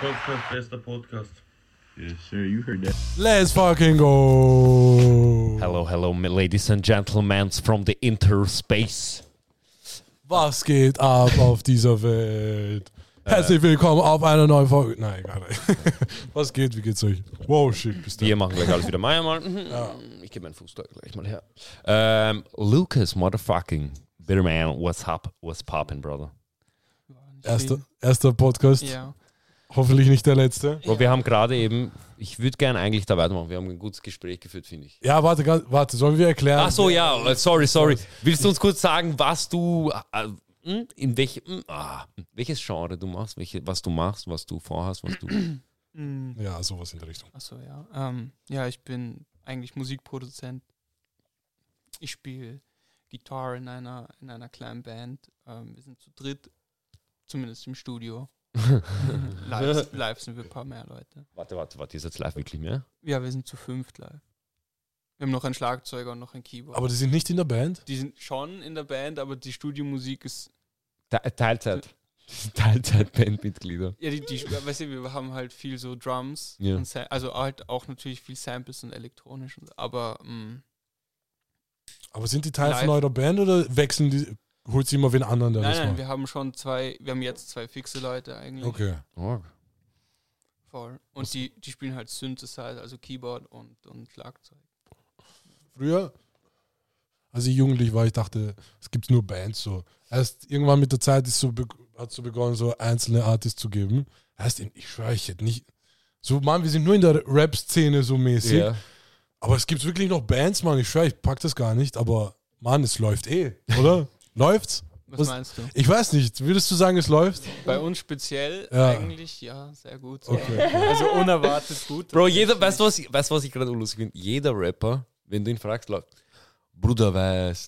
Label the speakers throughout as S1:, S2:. S1: Podcast, bester Podcast.
S2: Yes, sir, you heard that.
S3: Let's fucking go!
S4: Hello, hello, my ladies and gentlemen from the Interspace.
S3: Was geht ab auf dieser Welt?
S4: Äh.
S3: Herzlich willkommen auf einer neuen Folge. Nein, gar nicht. Was geht? Wie geht's euch? Wow, shit, bist du.
S4: Wir machen gleich alles wieder Meier mal. Mhm. Ich gebe meinen Fuß da gleich mal her. Ähm, Lucas, motherfucking Bitterman, what's up, what's poppin', brother?
S3: Erster, erster Podcast.
S5: Ja.
S3: Hoffentlich nicht der letzte.
S4: Bro, wir haben gerade eben, ich würde gerne eigentlich da weitermachen, wir haben ein gutes Gespräch geführt, finde ich.
S3: Ja, warte, ganz- warte, sollen wir erklären?
S4: Ach so, ja, äh, sorry, sorry. Willst du uns kurz sagen, was du, äh, hm, in welch, hm, ah, welches Genre du machst, welche, was du machst, was du vorhast, was du...
S5: Mm,
S3: Ja, sowas in der Richtung.
S5: Achso, ja. Ähm, ja, ich bin eigentlich Musikproduzent. Ich spiele Gitarre in einer, in einer kleinen Band. Ähm, wir sind zu dritt, zumindest im Studio. live, live sind wir ein paar mehr Leute.
S4: Warte, warte, warte, ihr seid live wirklich mehr?
S5: Ja, wir sind zu fünft live. Wir haben noch einen Schlagzeuger und noch ein Keyboard.
S3: Aber die sind nicht in der Band?
S5: die sind schon in der Band, aber die Studiomusik ist.
S4: Te Teilzeit. Teilzeit-Bandmitglieder.
S5: Ja, die, die, weißt du, wir haben halt viel so Drums.
S4: Ja.
S5: Und Sa- also halt auch natürlich viel Samples und elektronisch. Und, aber mm,
S3: Aber sind die Teil von
S5: Live.
S3: eurer Band oder wechseln die, holt sie immer wen anderen, der
S5: Nein,
S3: das
S5: nein,
S3: macht?
S5: wir haben schon zwei, wir haben jetzt zwei fixe Leute eigentlich.
S3: Okay.
S4: Oh,
S5: Voll. Und die, die spielen halt Synthesizer, also Keyboard und, und Schlagzeug.
S3: Früher, als ich jugendlich war, ich dachte, es gibt nur Bands so. Erst irgendwann mit der Zeit ist so be- hat so begonnen, so einzelne Artists zu geben. Heißt, ich schwöre, ich hätte nicht. So, Mann, wir sind nur in der Rap-Szene so mäßig.
S4: ja.
S3: Aber es gibt wirklich noch Bands, Mann. Ich schwöre, ich pack das gar nicht. Aber Mann, es läuft eh, oder? Läuft's?
S5: Was,
S3: Was-
S5: meinst du?
S3: Ich weiß nicht. Würdest du sagen, es läuft?
S5: Bei uns speziell
S3: Ja.
S5: eigentlich, ja, sehr gut. sogar.
S3: Okay.
S5: Also unerwartet gut.
S4: Bro, jeder, weißt du, was ich, weißt, du, was ich gerade unlustig finde? Jeder Rapper, wenn du ihn fragst, läuft, Bruder weiß.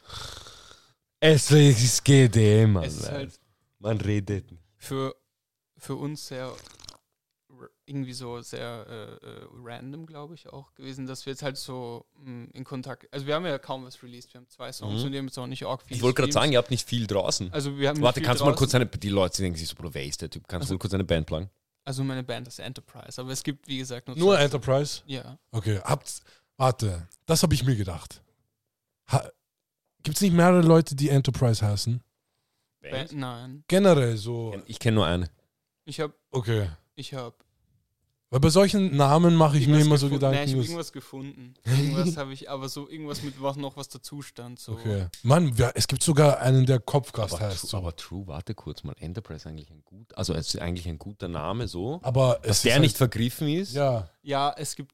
S4: es ist GD, man.
S5: Es ist
S4: weiß.
S5: halt
S4: man redet. nicht.
S5: für, für uns sehr r- irgendwie so sehr äh, äh, random, glaube ich, auch gewesen, dass wir jetzt halt so mm, in Kontakt, also wir haben ja kaum was released, wir haben zwei Songs
S4: Mhm.
S5: und wir haben jetzt auch nicht arg viel
S4: Ich wollte gerade
S5: Streams.
S4: sagen, ihr habt nicht viel draußen.
S5: also wir haben nicht
S4: Warte,
S5: viel
S4: kannst du mal
S5: draußen.
S4: kurz eine. Die Leute denken sich so, Bruder, wer ist der Typ? Kannst du
S5: Also-
S4: mal kurz eine Band planen?
S5: Also meine Band ist Enterprise, aber es gibt, wie gesagt, nur,
S3: Nur
S5: zwei-
S3: Enterprise?
S5: Ja.
S3: Okay, habt. Warte, das habe ich mir gedacht. Ha, gibt's nicht mehrere Leute, die Enterprise heißen?
S5: Ba- Nein.
S3: Generell so.
S4: Ich kenne nur eine.
S5: Ich habe
S3: Okay.
S5: ich hab
S3: Weil bei solchen Namen mache ich mir
S5: irgendwas
S3: immer so
S5: gefunden. Nein,
S3: Gedanken.
S5: ich habe
S3: dass-
S5: irgendwas gefunden. Irgendwas habe ich, aber so irgendwas mit was noch was dazu stand. So.
S3: okay. Mann, wer- es gibt sogar einen, der Kopfgast
S4: Aber,
S3: heißt.
S4: true,
S3: So. Aber,
S4: aber true, warte kurz mal. Enterprise eigentlich ein gut, also es ist eigentlich ein guter Name so.
S3: es
S4: Der
S3: ist
S4: nicht vergriffen ist.
S3: Halt, ja.
S5: Ja, es gibt.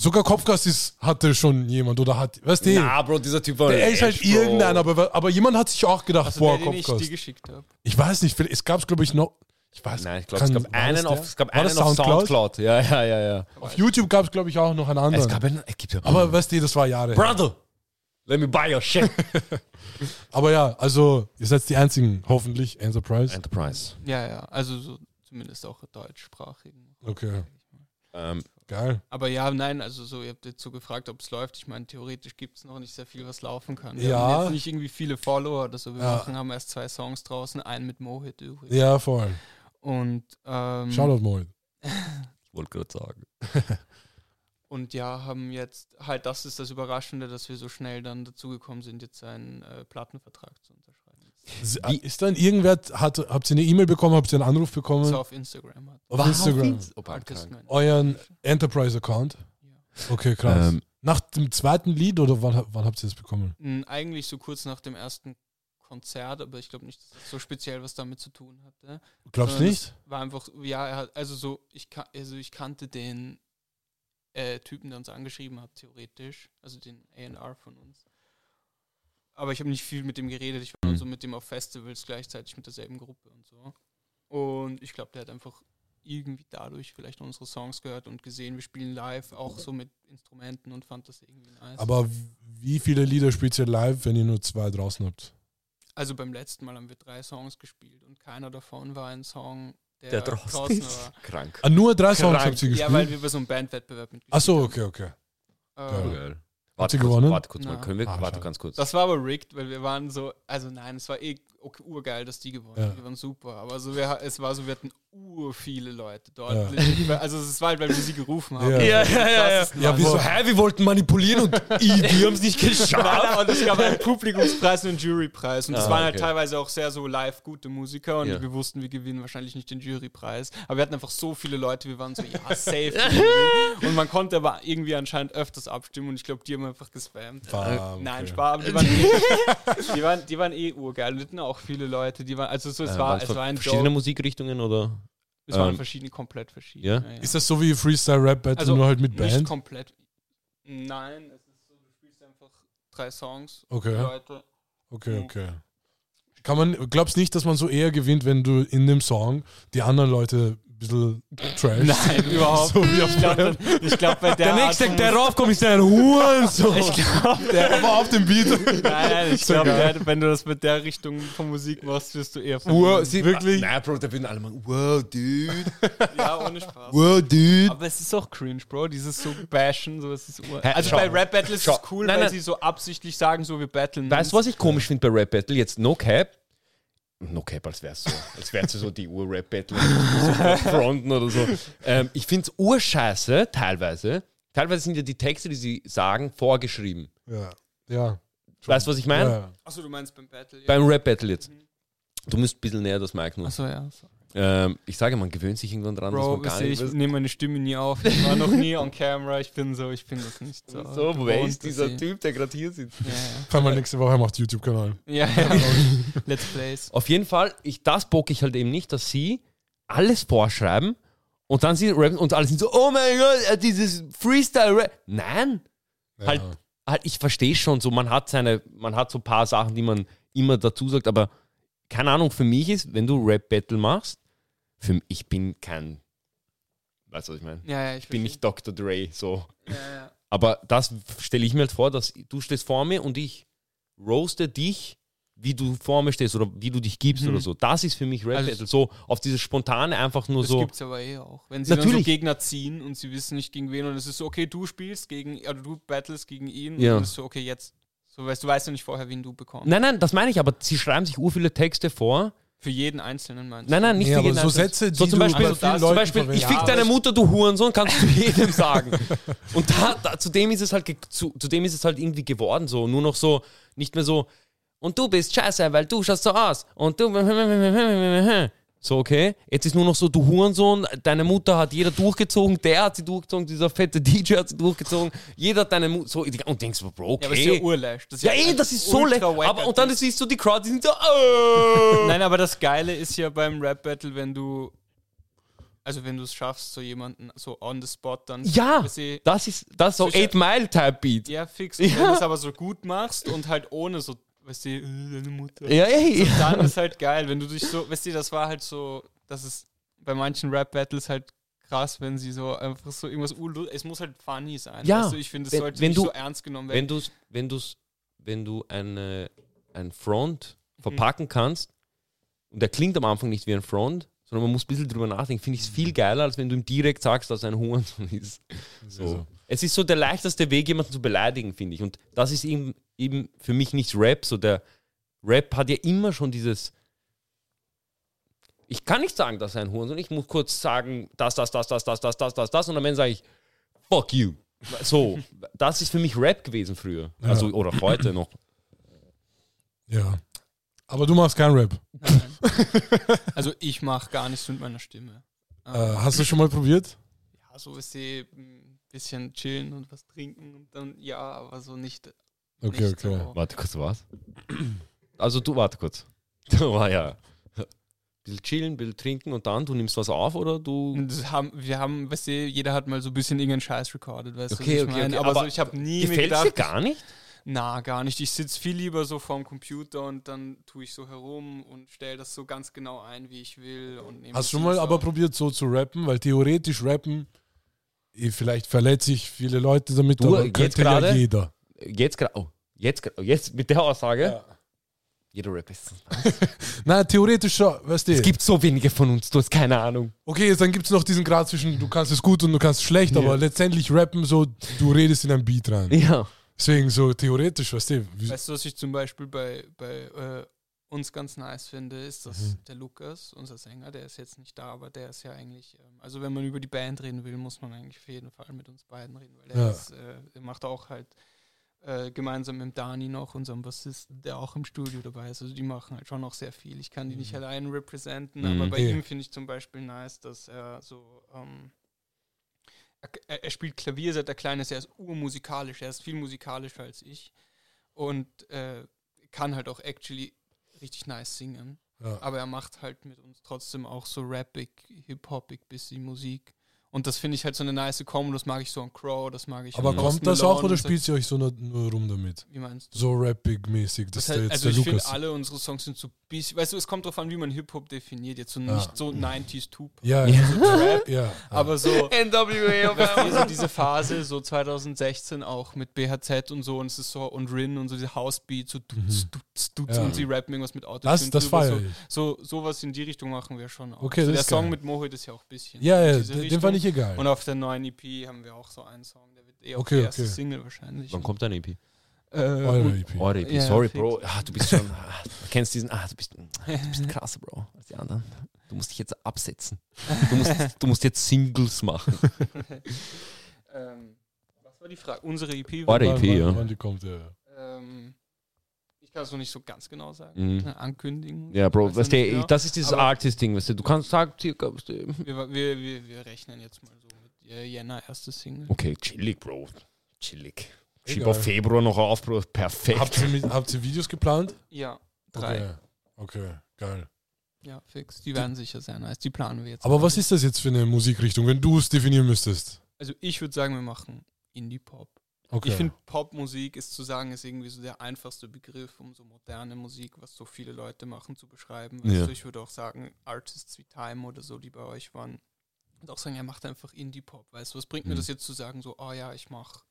S3: Sogar Kopfgast ist, hatte schon jemand oder hat. Weißt du?
S4: Na, Bro, dieser Typ war.
S3: der ist halt
S4: Bro.
S3: irgendein, aber, aber jemand hat sich auch gedacht,
S5: Also
S3: boah,
S5: der, den ich
S3: Kopfgast.
S5: dir
S3: Ich,
S5: geschickt habe.
S3: weiß nicht, vielleicht- es gab es, glaube ich, noch. Ich weiß
S4: Nein, ich glaube,
S3: kann-
S4: es gab
S3: war das
S4: einen
S3: der?
S4: auf, es gab
S3: War
S4: einen
S3: das
S4: auf
S3: Soundcloud?
S4: Soundcloud? Ja, ja, ja, ja.
S3: Auf YouTube gab es, glaube ich, auch noch einen anderen.
S4: Es gab einen. Es gibt ja
S3: aber weißt du, das war Jahre. her.
S4: Brother, let me buy your shit.
S3: Aber ja, also, ihr seid die einzigen, hoffentlich, Enterprise.
S4: Enterprise.
S5: Ja, ja. Also so zumindest auch deutschsprachigen.
S3: Okay,
S4: Ähm,
S3: geil.
S5: Aber ja, nein, also so, ihr habt jetzt so gefragt, ob es läuft. Ich meine, theoretisch gibt es noch nicht sehr viel, was laufen kann. Wir
S3: Ja.
S5: haben jetzt nicht irgendwie viele Follower oder so. Wir
S3: Ja.
S5: machen, haben erst zwei Songs draußen, einen mit Mohit übrigens.
S3: Ja, voll.
S5: Und
S4: Hm.
S5: ähm,
S3: Shoutout, Moin.
S4: ich wollte gerade sagen.
S5: Und ja, haben jetzt, halt das ist das Überraschende, dass wir so schnell dann dazugekommen sind, jetzt einen äh, Plattenvertrag zu unterschreiben.
S3: S- äh, Ist dann irgendwer, hat, habt ihr eine E-Mail bekommen, habt ihr einen Anruf bekommen?
S5: So auf Instagram hat.
S3: auf Instagram.
S5: Artist
S4: Instagram.
S5: Man.
S3: Euren Enterprise-Account? Okay, krass.
S4: Ähm,
S3: Nach dem zweiten Lied oder wann, wann habt ihr das bekommen?
S5: Mm, Eigentlich so kurz nach dem ersten Konzert, aber ich glaube nicht, dass das so speziell was damit zu tun hatte.
S3: Glaubst du
S5: Sondern
S3: nicht?
S5: War einfach, ja, er hat, also so, ich, ka- also ich kannte den äh, Typen, der uns angeschrieben hat, theoretisch, also den AR von uns. Aber ich habe nicht viel mit dem geredet. Ich war nur
S4: Mhm.
S5: so mit dem auf Festivals gleichzeitig mit derselben Gruppe und so. Und ich glaube, der hat einfach irgendwie dadurch vielleicht unsere Songs gehört und gesehen, wir spielen live auch so mit Instrumenten und fand das irgendwie nice.
S3: Aber wie viele Lieder spielt ihr live, wenn ihr nur zwei draußen habt?
S5: Also beim letzten Mal haben wir drei Songs gespielt und keiner davon war ein Song, der,
S4: Der
S5: draußen,
S4: draußen
S5: war.
S4: ist krank.
S3: Ah, nur drei Songs
S4: Krank.
S3: habt ihr
S5: Ja, weil
S3: gespielt?
S5: wir bei so einem Bandwettbewerb mitgespielt
S3: Ach so,
S5: haben.
S3: okay, okay.
S5: Ähm,
S3: Geil.
S4: Warte
S3: sie
S4: kurz,
S3: gewonnen?
S4: warte kurz mal.
S5: Na.
S4: Können wir,
S3: Ah,
S4: warte
S3: schade.
S4: ganz kurz.
S5: Das war aber rigged, weil wir waren so, also nein, es war eh okay, urgeil, dass die gewonnen haben.
S3: Ja.
S5: Die waren super. Aber so, wir, ha- es war so, wir hatten ur viele Leute dort.
S3: Ja.
S5: Legit, weil- Also es war halt, weil wir sie gerufen haben.
S3: Ja.
S4: Ja, ja, ja. ja.
S5: krassesten
S3: Ja,
S5: Leute.
S3: wieso?
S4: So, hä, wir wollten manipulieren und ich, wir haben es nicht geschafft.
S5: Und es gab einen Publikumspreis und einen Jurypreis. Und das
S4: Ah,
S5: waren halt
S4: okay.
S5: teilweise auch sehr so live gute Musiker. Und
S4: Ja.
S5: wir wussten, wir gewinnen wahrscheinlich nicht den Jurypreis. Aber wir hatten einfach so viele Leute, wir waren so, ja, safe. und man konnte aber irgendwie anscheinend öfters abstimmen. Und ich glaube, die haben einfach gespammt.
S3: Ah, okay.
S5: Äh, Nein, Spaß, aber die waren, eh, die waren, die waren eh urgeil. Und hatten auch viele Leute. Die waren, also so, es,
S4: Äh,
S5: war,
S4: waren's
S5: es
S4: ver-
S5: war ein
S4: verschiedene
S5: Joke.
S4: Musikrichtungen oder?
S5: Es waren
S4: ähm,
S5: verschiedene, komplett verschiedene.
S4: ja?
S3: Ist das so wie Freestyle-Rap-Battle, nur halt mit
S5: Also Nicht
S3: Band?
S5: komplett. Nein, es ist so, du spielst einfach drei Songs.
S3: Okay.
S5: Leute.
S3: Okay, okay. Kann man, glaubst nicht, dass man so eher gewinnt, wenn du in dem Song die anderen Leute ein bisschen trash?
S5: Nein, überhaupt
S3: So wie
S5: nicht.
S3: auf
S5: Ich glaube, glaub, bei der.
S4: Der
S5: Art
S4: nächste,
S5: von
S4: der raufkommt, ist ein Hurensohn.
S5: Musik- Ich glaube, der.
S3: Aber auf dem Beat.
S5: Nein, nein, ich
S3: So
S5: glaube, wenn du das mit der Richtung von Musik machst, wirst du eher.
S4: Ur,
S5: verlieren.
S4: sie, Ah,
S3: Wirklich?
S4: Nein, Bro, da würden alle mal, wow, dude.
S5: Ja, ohne Spaß.
S4: Wow, dude.
S5: Aber es ist auch cringe, Bro. Dieses so bashen, so es ist ur.
S4: Hä,
S5: Also
S4: schau.
S5: bei Rap Battle ist
S4: Schau.
S5: es cool,
S4: Nein,
S5: weil
S4: nein.
S5: sie so absichtlich sagen, so wir battlen.
S4: Weißt du, was ich komisch finde bei Rap Battle? Jetzt No Cap. No Cap, als wär's so. Als wär's so die Ur-Rap Battle. so Fronten oder so. Ähm, ich find's urscheiße, teilweise. Teilweise sind ja die Texte, die sie sagen, vorgeschrieben.
S3: Ja. Ja.
S4: Weißt du, was ich meine?
S3: ja.
S5: Achso, du meinst beim Battle. Ja.
S4: Beim Rap Battle jetzt. Du musst ein bisschen näher das Mic nur.
S5: Achso, ja. so.
S4: Ähm, ich sage, man gewöhnt sich irgendwann dran,
S5: Bro,
S4: dass man
S5: wisst
S4: gar
S5: ihr,
S4: nicht
S5: ich
S4: weiß.
S5: nehme meine Stimme nie auf. Ich war noch nie on camera. Ich bin so, ich bin das nicht so.
S4: So, wer
S5: gewohnt,
S4: ist
S5: dass
S4: dieser
S5: ich-
S4: Typ, der gerade hier sitzt?
S5: Ja, ja.
S3: Fahren wir nächste Woche auf den YouTube-Kanal.
S5: Ja, ja. Let's Plays.
S4: Auf jeden Fall, ich, das bocke ich halt eben nicht, dass sie alles vorschreiben und dann sie rappen und alle sind so, oh mein Gott, äh, dieses Freestyle-Rap. Nein,
S3: Ja.
S4: Halt. halt, ich verstehe schon so, man hat seine, man hat so ein paar Sachen, die man immer dazu sagt, aber keine Ahnung, für mich ist, wenn du Rap-Battle machst, für, ich bin kein, weißt du, was ich meine?
S5: Ja, ja, ich
S4: Ich bin nicht Dr. Dre, so.
S5: Ja, ja.
S4: Aber das stelle ich mir halt vor, dass du stehst vor mir und ich roaste dich, wie du vor mir stehst oder wie du dich gibst
S5: Mhm.
S4: oder so. Das ist für mich Rap
S5: Also-
S4: Battle. So auf dieses spontane einfach nur
S5: Das
S4: so.
S5: gibt's aber eh auch. Wenn sie dann so
S4: Natürlich.
S5: Gegner ziehen und sie wissen nicht gegen wen und es ist so, okay, du spielst gegen, also du battles gegen ihn
S4: Ja.
S5: und es ist so, okay, jetzt. So, weißt du, weißt ja nicht vorher, wen du bekommst.
S4: Nein, nein, das meine ich, aber sie schreiben sich ur viele Texte vor.
S5: Für jeden Einzelnen meinst
S4: Nein, nein, nicht
S3: Nee,
S4: für
S3: aber
S4: jeden
S3: so
S4: Einzelnen.
S3: Sätze,
S4: so
S3: die
S4: zum
S3: du
S4: Beispiel,
S3: bei vielen
S4: Also zum
S3: Leuten
S4: Beispiel ich
S3: verwendest.
S4: fick
S5: Ja,
S4: deine
S5: aber-
S4: Mutter, du Hurensohn, kannst du jedem sagen. Und da, da, zu dem ist es halt ge- zu, zu dem ist es halt irgendwie geworden so, nur noch so nicht mehr so und du bist scheiße, weil du schaust so aus und du so okay, jetzt ist nur noch so du Hurensohn, deine Mutter hat jeder durchgezogen, der hat sie durchgezogen, dieser fette DJ hat sie durchgezogen, jeder hat deine Mutter so und denkst du, Bro,
S5: du? Ja, aber es ist ja
S4: okay.
S5: urlash. Das ist
S4: Ja, eh, das ist so
S5: ultra
S4: lecker.
S5: wack
S4: Aber und dann
S5: eigentlich.
S4: siehst du die Crowd, die sind so oh.
S5: Nein, aber das Geile ist ja beim Rap-Battle, wenn du. Also, wenn du es schaffst, so jemanden so on the spot dann.
S4: Ja.
S5: Sie,
S4: Das ist das ist so
S5: Sicher.
S4: 8 Mile Type Beat.
S5: ja, fix. Und Wenn du es aber so gut machst und halt ohne so, weißt du, äh, deine Mutter.
S4: Ja, ey.
S5: dann ist halt geil, wenn du dich so, weißt du, das war halt so, das ist bei manchen Rap-Battles halt krass, wenn sie so einfach so irgendwas, ulu- es muss halt funny sein.
S4: Ja,
S5: weißt du? ich finde, es
S4: wenn-
S5: sollte
S4: wenn
S5: nicht
S4: du-
S5: so ernst genommen
S4: wenn
S5: werden.
S4: du wenn du's, wenn du eine ein Front verpacken
S5: Mhm.
S4: kannst und der klingt am Anfang nicht wie ein Front, sondern man muss ein bisschen drüber nachdenken, finde ich es viel geiler, als wenn du ihm direkt sagst, dass er ein Hurensohn ist. So. Also, Es ist so der leichteste Weg, jemanden zu beleidigen, finde ich. Und das ist eben, eben für mich nicht Rap. So der Rap hat ja immer schon dieses. Ich kann nicht sagen, dass er ein Hurensohn ist. Ich muss kurz sagen, das, das, das, das, das, das, das, das, das. Und am Ende sage ich, fuck you. So, das ist für mich Rap gewesen früher.
S3: Ja.
S4: Also, oder heute noch.
S3: Ja. Aber du machst keinen Rap.
S5: Nein, nein. also ich mache gar nichts mit meiner Stimme. Ähm,
S3: Äh, hast du schon mal probiert?
S5: Ja, so ist sie ein bisschen chillen und was trinken und dann, ja, aber so nicht.
S3: Okay,
S5: nicht
S3: okay.
S5: So.
S4: Warte kurz, was? Also, du, warte kurz. Oh, ja. Bisschen chillen, bisschen trinken und dann, du nimmst was auf oder du.
S5: Und Das haben, wir haben, weißt du, jeder hat mal so ein bisschen irgendeinen Scheiß recorded, weißt du, was
S4: Okay,
S5: ich
S4: okay,
S5: mein?
S4: okay,
S5: aber, so,
S4: aber
S5: ich habe nie mir
S4: Gefällt dir
S5: gedacht,
S4: gar nicht?
S5: Na, gar nicht. Ich sitze viel lieber so vorm Computer und dann tue ich so herum und stelle das so ganz genau ein, wie ich will. Und nehme
S3: Hast
S5: das
S3: du mal
S5: alles
S3: aber
S5: auf.
S3: probiert, so zu rappen? Weil theoretisch rappen, eh, vielleicht verletze ich viele Leute damit,
S4: Du,
S3: aber
S4: jetzt
S3: könnte ja
S4: gerade?
S3: jeder.
S4: jetzt gerade, oh, jetzt, gra- oh, jetzt mit der Aussage,
S3: Ja.
S4: jeder Rap ist.
S3: Na, theoretisch schon, weißt du.
S4: Es gibt so wenige von uns, du hast keine Ahnung.
S3: okay, jetzt, dann gibt es noch diesen Grad zwischen, du kannst es gut und du kannst es schlecht, aber letztendlich rappen so, du redest in ein Beat rein.
S4: Ja.
S3: Deswegen so theoretisch, weißt du. wie-
S5: Weißt du, was ich zum Beispiel bei, bei äh, uns ganz nice finde, ist, dass
S3: Mhm.
S5: der Lukas, unser Sänger, der ist jetzt nicht da, aber der ist ja eigentlich, ähm, also wenn man über die Band reden will, muss man eigentlich auf jeden Fall mit uns beiden reden, weil der,
S3: Ja.
S5: ist, äh, der macht auch halt äh, gemeinsam mit Dani noch, unserem Bassisten, der auch im Studio dabei ist. Also die machen halt schon noch sehr viel. Ich kann die nicht allein representen,
S2: Mhm.
S5: aber bei
S3: Mhm. Ja.
S5: ihm finde ich zum Beispiel nice, dass er so ähm, er- er, er spielt Klavier, seit er klein ist, er ist urmusikalisch, er ist viel musikalischer als ich und äh, kann halt auch actually richtig nice singen.
S3: Ja.
S5: Aber er macht halt mit uns trotzdem auch so rappig, hip-hopig, bisschen Musik. Und das finde ich halt so eine nice Combo, das mag ich so an Crow, das mag ich
S3: Aber
S5: an
S3: kommt
S5: Post
S3: das
S5: Malone
S3: auch oder
S5: und so.
S3: spielt ihr euch so nur, nur rum damit?
S5: Wie meinst du?
S3: So rappig-mäßig, dass
S5: Das
S3: da
S5: heißt,
S3: jetzt
S5: also
S3: der
S5: ich finde,
S3: Lukas.
S5: alle unsere Songs sind so bisschen, weißt du, es kommt drauf an, wie man Hip-Hop definiert, jetzt so
S3: Ja.
S5: nicht so 90s Tupac,
S3: Ja, Ah. Mhm. ja. Ah.
S5: Rap,
S3: ja.
S5: aber so,
S4: NWA auf
S5: weißt du, so diese Phase, so 2016 auch mit BHZ und so und es ist so und Rin und so diese Housebeat, so dutz, dutz, dutz
S3: Mhm. Ja.
S5: und sie rappen irgendwas mit Auto.
S3: Das, das feiere
S5: so,
S3: ich.
S5: so sowas in die Richtung machen wir schon auch.
S3: Okay,
S5: so
S3: das
S5: der
S3: ist
S5: Song
S3: geil.
S5: mit Mohit ist ja auch ein bisschen.
S3: Ja,
S5: in
S3: ja,
S5: diese
S3: den den
S5: Richtung.
S3: fand ich egal.
S5: Und auf der neuen EP haben wir auch so einen Song, der wird eh auch
S3: Okay,
S5: die erste
S3: okay.
S5: Single wahrscheinlich.
S4: Wann kommt deine EP?
S5: äh,
S3: Eure E
S5: und,
S3: EP.
S4: Eure E EP,
S5: Ja,
S4: sorry,
S5: fix.
S4: Bro. Ah, du bist schon. Ah, du kennst diesen. Ah, du bist, ah, du bist krasser, Bro, als die anderen. Du musst dich jetzt absetzen. Du musst, du musst jetzt Singles machen.
S5: ähm, was war die Frage? Unsere EP war
S4: Eure EP,
S3: Wann-
S4: ja.
S3: Wann die kommt, ja. ja.
S5: Ähm, ich kann es noch nicht so ganz genau sagen.
S4: Mhm.
S5: Ankündigen.
S4: Ja, Bro,
S5: Weiß
S4: weißt
S5: ja nicht
S4: du,
S5: genau.
S4: das ist dieses
S5: Aber-
S4: Artist-Ding, weißt du, du kannst sagen, circa, weißt du, hm.
S5: Wir, wir, wir, wir rechnen jetzt mal so mit äh, Jänner, erste Single.
S4: Okay, chillig, Bro. Chillig. Schieb
S3: Egal.
S4: auf Februar noch auf, Bro. Perfekt.
S3: Habt, ihr mit, habt ihr Videos geplant?
S5: Ja, drei.
S3: Okay. okay, geil.
S5: Ja, fix. Die werden sicher sehr nice. Die planen wir jetzt.
S3: Aber
S5: mal.
S3: was ist das jetzt für eine Musikrichtung, wenn du es definieren müsstest?
S5: Also ich würde sagen, wir machen Indie-Pop.
S3: Okay.
S5: Ich finde, Popmusik ist zu sagen, ist irgendwie so der einfachste Begriff, um so moderne Musik, was so viele Leute machen, zu beschreiben.
S4: Ja.
S5: Also ich würde auch sagen, Artists wie Time oder so, die bei euch waren, und auch sagen, er macht einfach Indie-Pop. Weißt du, was bringt mir
S4: Mhm.
S5: das jetzt zu sagen, so, oh ja, ich mach.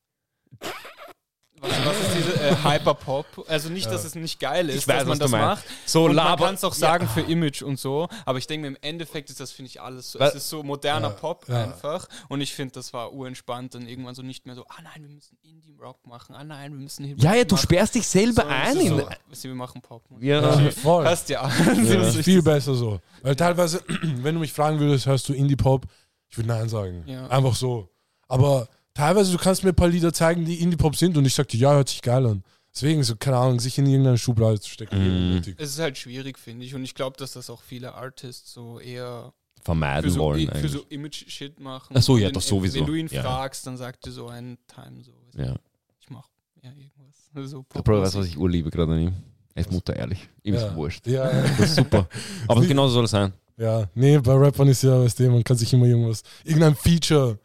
S5: Was, was ist diese äh, Hyperpop? Also nicht, dass
S3: Ja.
S5: es nicht geil ist,
S4: Ich weiß,
S5: dass
S4: was
S5: man
S4: du
S5: das macht.
S4: meinst. So,
S5: Und man
S4: laber.
S5: kann es auch sagen für Image und so, aber ich denke mir, im Endeffekt ist das, finde ich, alles so.
S4: Weil-
S5: Es ist so moderner
S3: Ja,
S5: Pop
S3: ja.
S5: einfach und ich finde, das war urentspannt und irgendwann so nicht mehr so, ah nein, wir müssen Indie-Rock machen, ah nein, wir müssen Hip-Hop
S4: Ja, ja, du
S5: machen,
S4: sperrst dich selber
S5: sondern es
S4: ein.
S5: ist
S4: In,
S5: So, weißt du, wir machen Pop.
S4: ja.
S3: ja, voll.
S5: Passt ja.
S3: Das ist viel besser so. Weil teilweise, wenn du mich fragen würdest, hörst du Indie-Pop? Ich würde Nein sagen.
S5: Ja.
S3: Einfach so. Aber teilweise, du kannst mir ein paar Lieder zeigen, die Indie-Pop sind und ich sag dir, ja, hört sich geil an. Deswegen, so, keine Ahnung, sich in irgendeine Schublade zu stecken.
S4: Mhm.
S3: unnötig.
S5: Es ist halt schwierig, finde ich, und ich glaube, dass das auch viele Artists so eher für
S4: Vermeiden
S5: so,
S4: wollen.
S5: für
S4: eigentlich.
S5: so Image-Shit machen.
S4: Ach so, ja,
S5: Wenn-
S4: das sowieso.
S5: Wenn du ihn
S4: Ja.
S5: fragst, dann sagt dir so ein Time so,
S4: ja.
S5: ich mach ja irgendwas. So
S4: Bro, weißt du, was ich urliebe gerade an ihm? Er ist Mutter, ehrlich. Ihm ist
S3: Ja.
S4: wurscht.
S3: Ja, ja,
S4: Das ist super. Aber
S3: Nicht-
S4: genauso soll es sein.
S3: ja. Nee, bei Rappern ist ja, weißt du, man kann sich immer irgendwas, irgendein Feature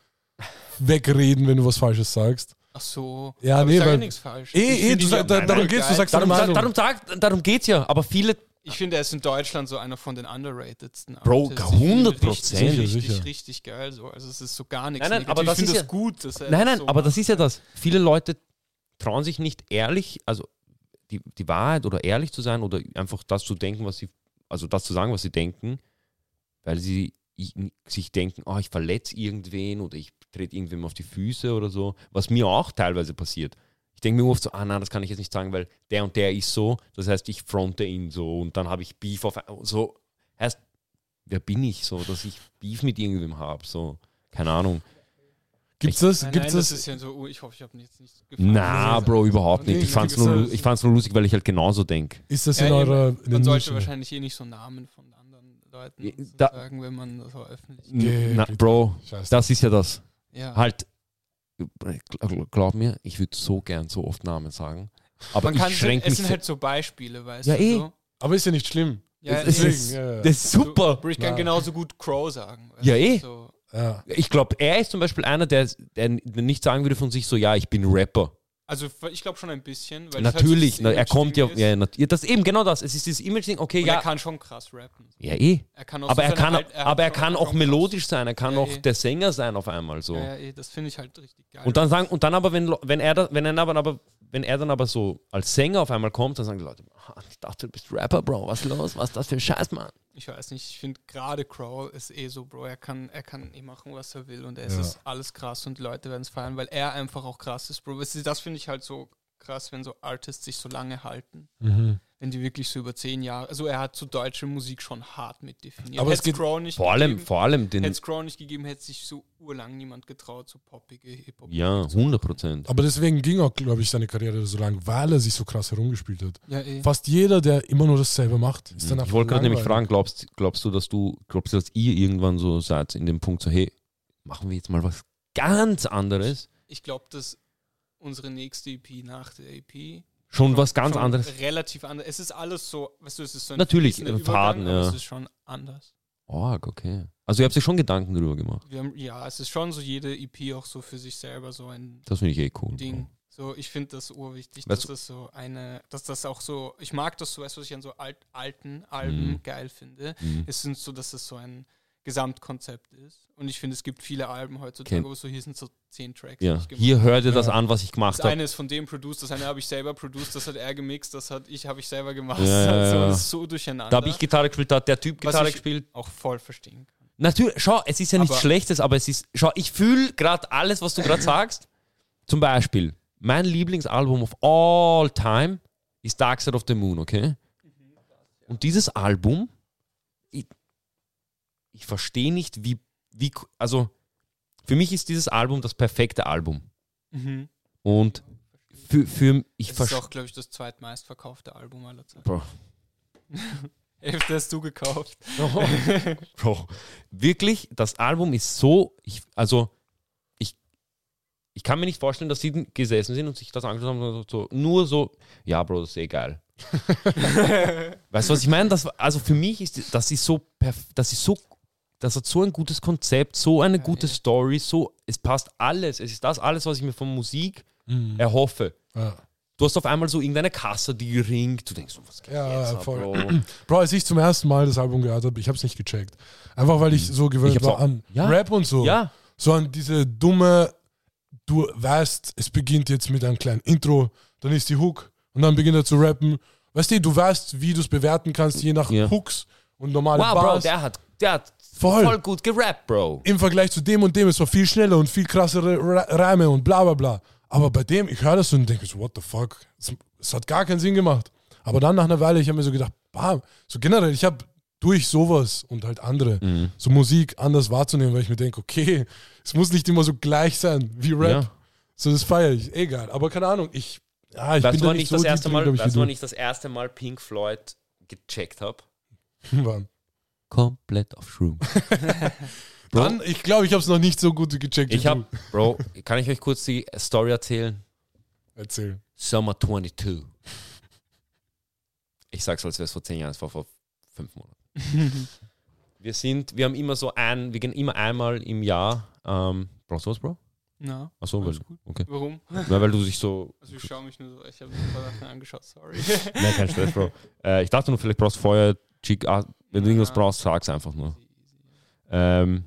S3: wegreden, wenn du was Falsches sagst.
S5: Ach so.
S3: Ja,
S5: aber
S3: nee,
S5: ich sage
S3: weil-
S5: nichts falsch. Ich
S3: Eh, eh,
S5: finde
S3: du,
S5: ihn
S3: sag-
S5: ja-
S3: da,
S5: Nein,
S3: darum
S5: nein,
S3: geht's, du
S5: geil.
S3: sagst deine
S4: Darum,
S3: Meinung.
S4: darum, sag- darum geht's ja. Aber viele.
S5: Ich finde, er ist in Deutschland so einer von den underratedsten
S4: Bro,
S5: Artists. Ich finde ihn
S4: 100%.
S5: Richtig, richtig,
S3: Sicher, sicher.
S5: richtig geil. So. Also es ist so gar nichts.
S4: Nein, nein,
S5: Negatives.
S4: aber das
S5: ich finde
S4: ist
S5: das
S4: ja-
S5: gut. Dass er
S4: Nein, nein,
S5: so
S4: aber das
S5: macht.
S4: ist ja das. Viele Leute trauen sich nicht ehrlich, also die, die Wahrheit oder ehrlich zu sein oder einfach das zu denken, was sie, also das zu sagen, was sie denken, weil sie i- sich denken, oh, ich verletze irgendwen oder ich trete irgendwem auf die Füße oder so, was mir auch teilweise passiert. Ich denke mir oft so, ah nein, das kann ich jetzt nicht sagen, weil der und der ist so, das heißt, ich fronte ihn so und dann habe ich Beef auf, so, heißt, wer bin ich so, dass ich Beef mit irgendwem habe, so, keine Ahnung.
S3: Gibt's das?
S5: Nein, nein,
S3: Gibt's
S5: das
S3: das?
S5: ist ja so, oh, ich hoffe, ich habe jetzt nichts gefallen.
S4: Na, Bro, überhaupt nicht.
S3: Nee,
S4: Ich fand's nur, lu- ich fand's nur lustig, weil ich halt genauso denke.
S3: Ist das
S5: Ja,
S3: in
S5: eben.
S3: eurer. in den
S5: Man sollte
S3: Nischen?
S5: wahrscheinlich eh nicht so Namen von anderen Leuten
S4: Da-
S5: sagen, wenn man das veröffentlicht.
S3: Geh
S4: Na,
S3: bitte.
S4: Bro,
S3: Scheiß
S4: das ist ja das.
S5: Ja.
S4: Halt, gl- glaub mir, ich würde so gern so oft Namen sagen. Aber
S5: Man kann
S4: ich schränke
S5: es
S4: mich.
S5: sind
S4: Halt
S5: halt so Beispiele, weißt
S4: Ja,
S5: du?
S4: eh.
S5: So.
S3: Aber ist ja nicht schlimm.
S5: Ja,
S4: Es
S5: eh.
S4: ist-
S3: ja, ja.
S4: das ist
S5: Du-
S4: super.
S5: Bro, ich kann
S3: Na.
S5: genauso gut Crow sagen. weißt
S4: Ja,
S5: du,
S4: eh.
S5: So.
S3: ja.
S4: Ich glaube, er ist zum Beispiel einer, der, der nicht sagen würde von sich so, ja, ich bin Rapper.
S5: Also ich glaube schon ein bisschen. Weil das halt so
S4: Natürlich,
S5: das
S4: na, er kommt ja,
S5: Image-Ding
S4: ja,
S5: ist.
S4: nat- ja. Das ist eben genau das. Es ist dieses Image-Ding, okay,
S5: Und
S4: ja.
S5: er kann schon krass rappen.
S4: ja, eh.
S5: Er kann auch
S4: Aber er
S5: so seine
S4: kann,
S5: Alt- hat
S4: aber er
S5: schon-
S4: kann
S5: hat
S4: auch
S5: schon
S4: melodisch sein, er kann
S5: Ja,
S4: auch
S5: eh.
S4: der Sänger sein auf einmal so.
S5: krass- Ja, eh, das finde ich halt richtig geil.
S4: Und dann sagen, und dann aber, wenn, Lo- wenn er da, wenn er aber, aber, wenn er dann aber so als Sänger auf einmal kommt, dann sagen die Leute, "Ah, ich dachte, du bist Rapper, Bro, was ist los? Was ist das für ein Scheiß, Mann?
S5: ich weiß nicht, ich finde gerade Crow ist eh so, Bro, er kann, er kann eh machen, was er will und es
S3: Ja.
S5: ist alles krass und die Leute werden es feiern, weil er einfach auch krass ist, Bro. Weißt du, Das finde ich halt so krass, wenn so Artists sich so lange halten.
S3: Mhm.
S5: wenn die wirklich so über zehn Jahre, also er hat so deutsche Musik schon hart mit definiert.
S3: Aber es
S5: Hätt's
S3: geht-
S5: Crow nicht
S4: Vor allem,
S5: gegeben,
S4: vor allem
S5: hätte
S4: den.
S5: es Crow nicht gegeben, hätte sich so urlang niemand getraut, so poppige Hip-Hop.
S4: Ja, 100 Prozent.
S3: Aber deswegen ging auch, glaube ich, seine Karriere so lang, weil er sich so krass herumgespielt hat.
S5: Ja, eh.
S3: Fast jeder, der immer nur dasselbe macht, ist dann
S4: Ich
S3: einfach
S4: wollte gerade nämlich
S3: langweilig.
S4: fragen, glaubst, glaubst du, dass du, glaubst du, dass ihr irgendwann so seid in dem Punkt so, hey, machen wir jetzt mal was ganz anderes?
S5: Ich glaube, dass unsere nächste EP nach der EP
S4: Schon was ganz
S5: schon
S4: anderes.
S5: Relativ anders. Es ist alles so, weißt du, es ist so ein
S4: Natürlich,
S5: fließender
S4: äh, Faden,
S5: Übergang, aber
S4: ja.
S5: Es ist schon anders.
S4: Org, okay. Also ihr habt euch schon Gedanken darüber gemacht.
S5: Wir haben, ja, es ist schon so jede EP auch so für sich selber so ein
S4: Das finde ich eh cool.
S5: Ding. So, ich finde das urwichtig,
S4: Weißt
S5: dass das so eine, dass das auch so, ich mag das so, weißt du, was ich an so alt, alten Alben
S4: Mhm.
S5: geil finde.
S4: Mhm.
S5: Es sind so, dass es so ein Gesamtkonzept ist. Und ich finde, es gibt viele Alben heutzutage,
S4: Kennt-
S5: wo so hier sind so zehn Tracks. die
S4: Ja,
S5: ich gemacht
S4: hier hört ihr das
S3: Ja.
S4: an, was ich gemacht
S5: Das
S4: habe.
S5: eine ist von dem produced, das eine habe ich selber produced, das hat er gemixt, das hat ich, habe ich selber gemacht.
S4: Ja, ja,
S5: also,
S4: ja.
S5: Das ist so durcheinander.
S4: Da habe ich Gitarre gespielt, da hat der Typ
S5: Was
S4: Gitarre
S5: ich-
S4: gespielt.
S5: auch voll verstehen kann.
S4: Natürlich, schau, es ist ja nichts
S5: Aber-
S4: Schlechtes, aber es ist, schau, ich fühle gerade alles, was du gerade sagst. Zum Beispiel, mein Lieblingsalbum of all time ist Dark Side of the Moon, okay?
S5: Mhm.
S4: Und dieses Album, ich, ich verstehe nicht, wie, wie, also, für mich ist dieses Album das perfekte Album. Und für, für ich
S5: Das Mhm. ist
S4: verstehe.
S5: auch, glaube ich, das zweitmeistverkaufte Album aller Zeiten.
S4: Bro.
S5: Hälfte hast du gekauft.
S4: Bro, Oh. wirklich, das Album ist so, ich, also ich, ich kann mir nicht vorstellen, dass sie gesessen sind und sich das angeschaut haben, sondern so, nur so, ja, Bro, das ist eh geil. weißt du, was ich meine? Das, war- also für mich ist das ist so, perf- das ist so, das hat so ein gutes Konzept, so eine gute
S5: eh.
S4: Story, so, es passt alles, es ist das alles, was ich mir von Musik
S3: Mhm.
S4: erhoffe.
S3: Ja.
S4: Du hast auf einmal so irgendeine Kasse, die ringt, du denkst, so, was geht
S3: Ja,
S4: jetzt
S3: ja,
S4: ab,
S3: voll.
S4: Bro?
S3: Bro, als ich zum ersten Mal das Album gehört habe, ich habe es nicht gecheckt. Einfach weil ich so gewöhnt
S4: Hm. Ich hab's
S3: war
S4: auch-
S3: an
S4: Ja.
S3: Rap und so.
S4: Ja,
S3: So an diese dumme, du weißt, es beginnt jetzt mit einem kleinen Intro, dann ist die Hook und dann beginnt er zu rappen. Weißt du, du weißt, wie du es bewerten kannst, je nach
S4: Ja.
S3: Hooks und normale
S4: wow, Bro,
S3: Bars.
S4: der hat, der hat
S3: Voll.
S4: voll gut gerappt, Bro.
S3: Im Vergleich zu dem und dem, es war viel schneller und viel krassere Ra- Reime und bla bla bla. Aber bei dem, ich höre das so und denke so, what the fuck? Es, es hat gar keinen Sinn gemacht. Aber dann nach einer Weile, ich habe mir so gedacht, bam, so generell, ich habe durch sowas und halt andere,
S4: Mhm.
S3: so Musik anders wahrzunehmen, weil ich mir denke, okay, es muss nicht immer so gleich sein wie Rap.
S4: Ja.
S3: So, das feiere ich, egal. Aber keine Ahnung, ich, ja, ich
S4: Weißt
S3: bin
S4: du,
S3: da
S4: wann
S3: nicht
S4: ich,
S3: so
S4: das
S3: tief
S4: erste
S3: drin,
S4: Mal,
S3: glaub
S4: weißt du, wann
S3: ich,
S4: ich das erste Mal Pink Floyd gecheckt habe?
S3: wie du warst.
S4: Komplett auf Shroom. Bro.
S3: Dann, ich glaube, ich habe es noch nicht so gut gecheckt
S4: Ich
S3: wie
S4: habe, Bro, kann ich euch kurz die Story erzählen?
S3: du. Erzähl.
S4: Summer 22. Ich sag's, als wäre es vor zehn Jahren, es war vor fünf Monaten. wir sind, wir haben immer so ein, wir gehen immer einmal im Jahr, ähm, brauchst du was, Bro?
S5: Na,
S4: Achso, weil,
S5: Alles gut.
S4: okay.
S5: warum?
S4: Na, weil du dich so
S5: Also ich schaue mich nur so, ich habe ein paar Sachen angeschaut, sorry.
S4: Nein, kein Stress, Bro. Äh, ich dachte nur, vielleicht brauchst du Feuer, Chick, ah, wenn du irgendwas
S5: Ja.
S4: brauchst, sag's einfach nur. Ähm,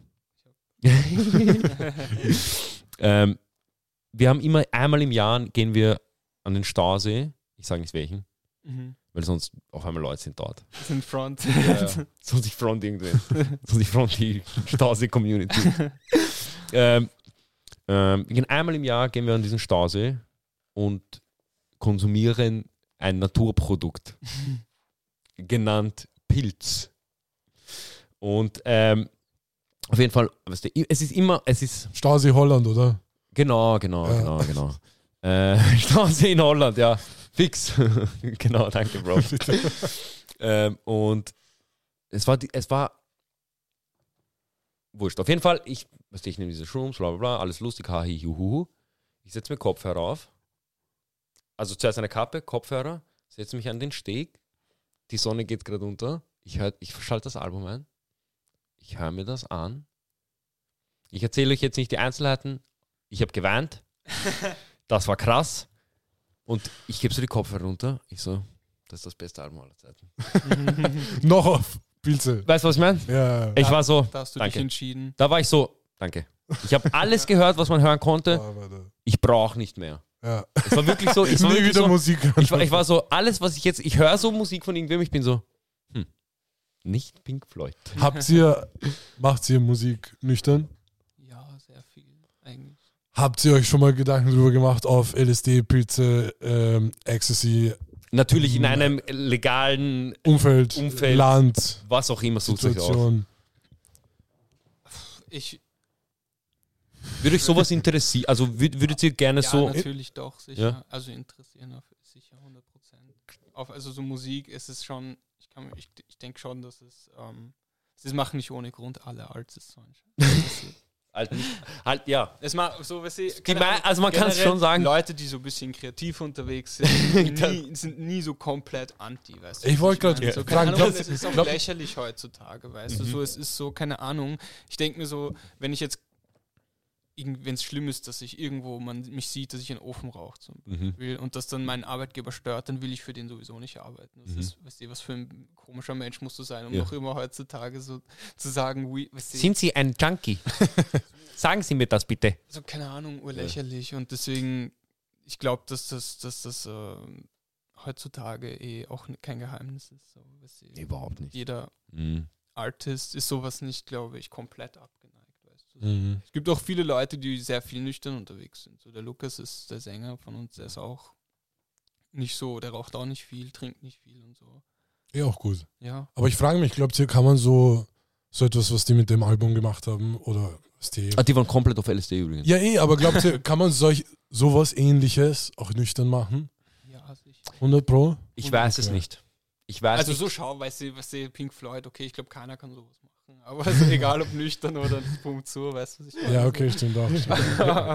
S4: ähm, wir haben immer einmal im Jahr gehen wir an den Stausee. Ich sage nicht welchen,
S5: Mhm.
S4: weil sonst auf einmal Leute sind dort.
S5: Das sind Front.
S4: Sonst ich front irgendwen. sonst ich front die Stausee-Community. ähm, ähm, wir gehen einmal im Jahr gehen wir an diesen Stausee und konsumieren ein Naturprodukt, genannt Pilz. Und ähm, auf jeden Fall, weißt du, es ist immer, es ist,
S3: Stausee Holland, oder?
S4: genau, genau,
S3: Ja.
S4: genau, genau. Äh, Stausee in Holland, ja, fix. genau, danke, Bro. Ähm, und es war, die- es war wurscht. Auf jeden Fall, ich, weißt du, ich nehme diese Shrooms, bla bla bla, alles lustig, hahi, juhuhu. Ich setze mir Kopfhörer auf. Also zuerst eine Kappe, Kopfhörer, setze mich an den Steg. Die Sonne geht gerade unter. Ich, hör, ich schalte das Album ein. Ich höre mir das an. Ich erzähle euch jetzt nicht die Einzelheiten. Ich habe geweint. Das war krass. Und ich gebe so die Kopfhörer runter. Ich so, das ist das beste Album aller Zeiten.
S3: Noch auf Pilze.
S4: Weißt du, was ich meine?
S3: Ja.
S4: Ich war so,
S5: Da hast du dich
S4: Danke.
S5: entschieden.
S4: da war ich so, danke. Ich habe alles gehört, was man hören konnte.
S3: Ah, warte.
S4: Ich brauche nicht mehr.
S3: Ja.
S4: Es war wirklich so, ich war,
S3: Nie
S4: wirklich
S3: wieder
S4: so,
S3: Musik.
S4: ich war, ich war so, alles, was ich jetzt, ich höre so Musik von irgendwem, ich bin so, hm, nicht Pink Floyd.
S3: Habt ihr, macht ihr Musik nüchtern?
S5: Ja, sehr viel eigentlich.
S3: Habt ihr euch schon mal Gedanken darüber gemacht auf LSD, Pilze, ähm, Ecstasy,
S4: Natürlich in einem legalen,
S3: Umfeld,
S4: Umfeld.
S3: Land,
S4: was auch immer, sucht euch aus.
S3: Situation.
S5: Ich,
S4: Würde euch sowas interessieren? Also würd, würdet ihr gerne
S5: ja,
S4: so.
S5: natürlich doch, sicher.
S4: Ja.
S5: Also interessieren auf sicher 100 Prozent. Auf, also so Musik ist es schon, ich, kann, ich, ich denke schon, dass es, ähm, sie machen nicht ohne Grund alle Altes Songs.
S4: Halt, nicht- halt, ja.
S5: Es macht so, was sie,
S4: Die mei- also man kann es
S5: generell
S4: schon sagen. Genau.
S5: Leute, die so ein bisschen kreativ unterwegs sind, nie, sind nie so komplett anti, weißt du?
S3: Ich
S5: was
S3: wollte gerade
S5: meine? so,
S3: sagen,
S5: keine Ahnung,
S3: glaub-
S5: es ist auch
S3: glaub- Mhm.
S5: lächerlich heutzutage, weißt du? So, es ist so, keine Ahnung. Ich denke mir so, wenn ich jetzt, wenn es schlimm ist, dass ich irgendwo, man mich sieht, dass ich einen Ofen rauche zum
S4: Mhm.
S5: will und das dann meinen Arbeitgeber stört, dann will ich für den sowieso nicht arbeiten.
S3: Mhm.
S5: Das ist, weißt du, was für ein komischer Mensch musst du sein, um
S4: Ja.
S5: noch immer heutzutage so zu sagen, we, weißt du,
S4: Sind Sie ein Junkie? sagen Sie mir das bitte.
S5: so Also keine Ahnung, urlächerlich und deswegen, ich glaube, dass das, dass das ähm, heutzutage eh auch n- kein Geheimnis ist. So, weißt du,
S4: Überhaupt nicht.
S5: Jeder
S4: Mhm.
S5: Artist ist sowas nicht, glaube ich, komplett abgeneigt. Weißt du?
S3: Mhm.
S5: Es gibt auch viele Leute, die sehr viel nüchtern unterwegs sind. So der Lukas ist der Sänger von uns, der ist auch nicht so, der raucht auch nicht viel, trinkt nicht viel und so.
S3: Eh auch gut.
S5: Ja.
S3: Aber ich frage mich, glaubt ihr, kann man so, so etwas, was die mit dem Album gemacht haben, oder was die.
S4: Ah, die waren komplett auf LSD übrigens.
S3: Ja, eh, aber glaubt ihr, kann man solch, sowas ähnliches auch nüchtern machen?
S5: Ja, sicher.
S3: 100 Pro?
S4: Ich weiß es
S3: Okay.
S4: nicht. Ich weiß
S5: Also
S4: nicht.
S5: so schau, weißt du, weißt du, Pink Floyd, okay, ich glaube, keiner kann sowas machen. Aber also egal ob nüchtern oder Punkt zu, weißt du, was ich meine?
S3: Ja, okay, stimmt auch.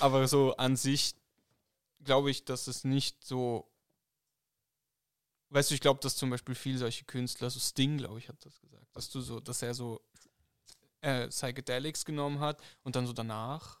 S5: Aber so an sich glaube ich, dass es nicht so. Weißt du, ich glaube, dass zum Beispiel viele solche Künstler, so Sting, glaube ich, hat das gesagt, dass du so, dass er so äh, Psychedelics genommen hat und dann so danach.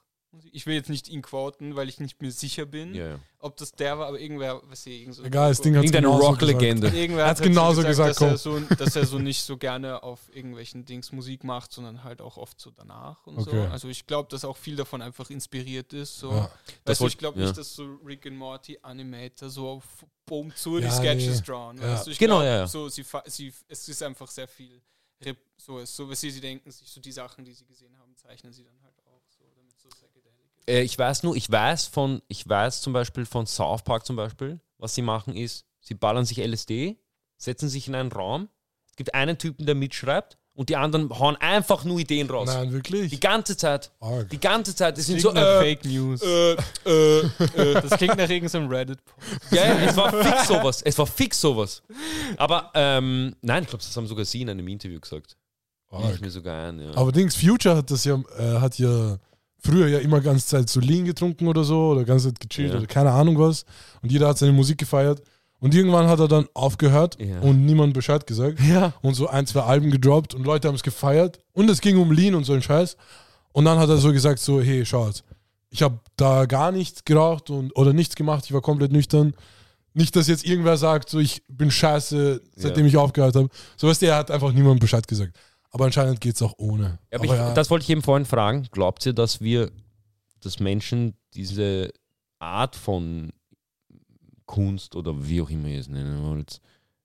S5: Ich will jetzt nicht ihn quoten, weil ich nicht mir sicher bin,
S4: Ja, ja.
S5: ob das der war, aber irgendwer, was irgend so
S3: Egal, das Ding hat
S4: Irgendeine Rock-Legende.
S5: Irgendwer
S3: Hat's
S5: dazu
S3: genauso gesagt,
S5: dass, er so, dass er so nicht so gerne auf irgendwelchen Dings Musik macht, sondern halt auch oft so danach und
S3: Okay.
S5: so. Also ich glaube, dass auch viel davon einfach inspiriert ist. So.
S3: Ja.
S4: Das
S5: Weißt du, ich
S4: wollt-
S5: glaube
S4: ja.
S5: nicht, dass so Rick and Morty Animator so auf Boom zu
S3: Ja,
S5: die Sketches
S3: nee.
S5: drawn.
S3: Ja.
S5: Weißt du, ich
S4: Genau,
S5: glaub,
S4: ja, ja.
S5: So, sie, fa- sie, es ist einfach sehr viel rep- so, es- so was sie, sie denken, sich so die Sachen, die sie gesehen haben, zeichnen sie dann halt auch so, damit so psychedelic ist.
S4: Äh, ich weiß nur, ich weiß von, ich weiß zum Beispiel von South Park zum Beispiel, was sie machen ist, sie ballern sich LSD, setzen sich in einen Raum, es gibt einen Typen, der mitschreibt und die anderen hauen einfach nur Ideen raus.
S3: Nein,
S4: Die
S3: wirklich?
S4: ganze Zeit,
S3: Arg.
S4: die ganze Zeit, es sind
S5: Klingt
S4: so,
S5: nach
S4: äh,
S5: Fake News.
S4: äh, äh,
S5: Äh, das klingt nach irgendeinem Reddit-Post.
S4: ja, ja, es war fix sowas, es war fix sowas. Aber, ähm, nein, ich glaube, das haben sogar sie in einem Interview gesagt. Bilde Ich
S3: Arg.
S4: mir sogar ein, ja.
S3: Aber Dings, Future hat das ja, äh, hat ja früher ja immer ganz Zeit so Lean getrunken oder so oder ganz Zeit gechillt
S4: Ja.
S3: oder keine Ahnung was. Und jeder hat seine Musik gefeiert. Und irgendwann hat er dann aufgehört
S4: Ja.
S3: und niemand Bescheid gesagt.
S4: ja.
S3: Und so ein, zwei Alben gedroppt und Leute haben es gefeiert. Und es ging um Lean und so ein Scheiß. Und dann hat er so gesagt, so, hey, schaut, ich habe da gar nichts geraucht und, oder nichts gemacht, ich war komplett nüchtern. Nicht, dass jetzt irgendwer sagt, so, ich bin scheiße, seitdem ich aufgehört habe. So, weißt du, er hat einfach niemandem Bescheid gesagt. Aber anscheinend geht es auch ohne.
S4: Ja, aber ich,
S3: ja,
S4: das wollte ich eben vorhin fragen. Glaubt ihr, dass wir, dass Menschen diese Art von Kunst oder wie auch immer ihr es nennen wollt,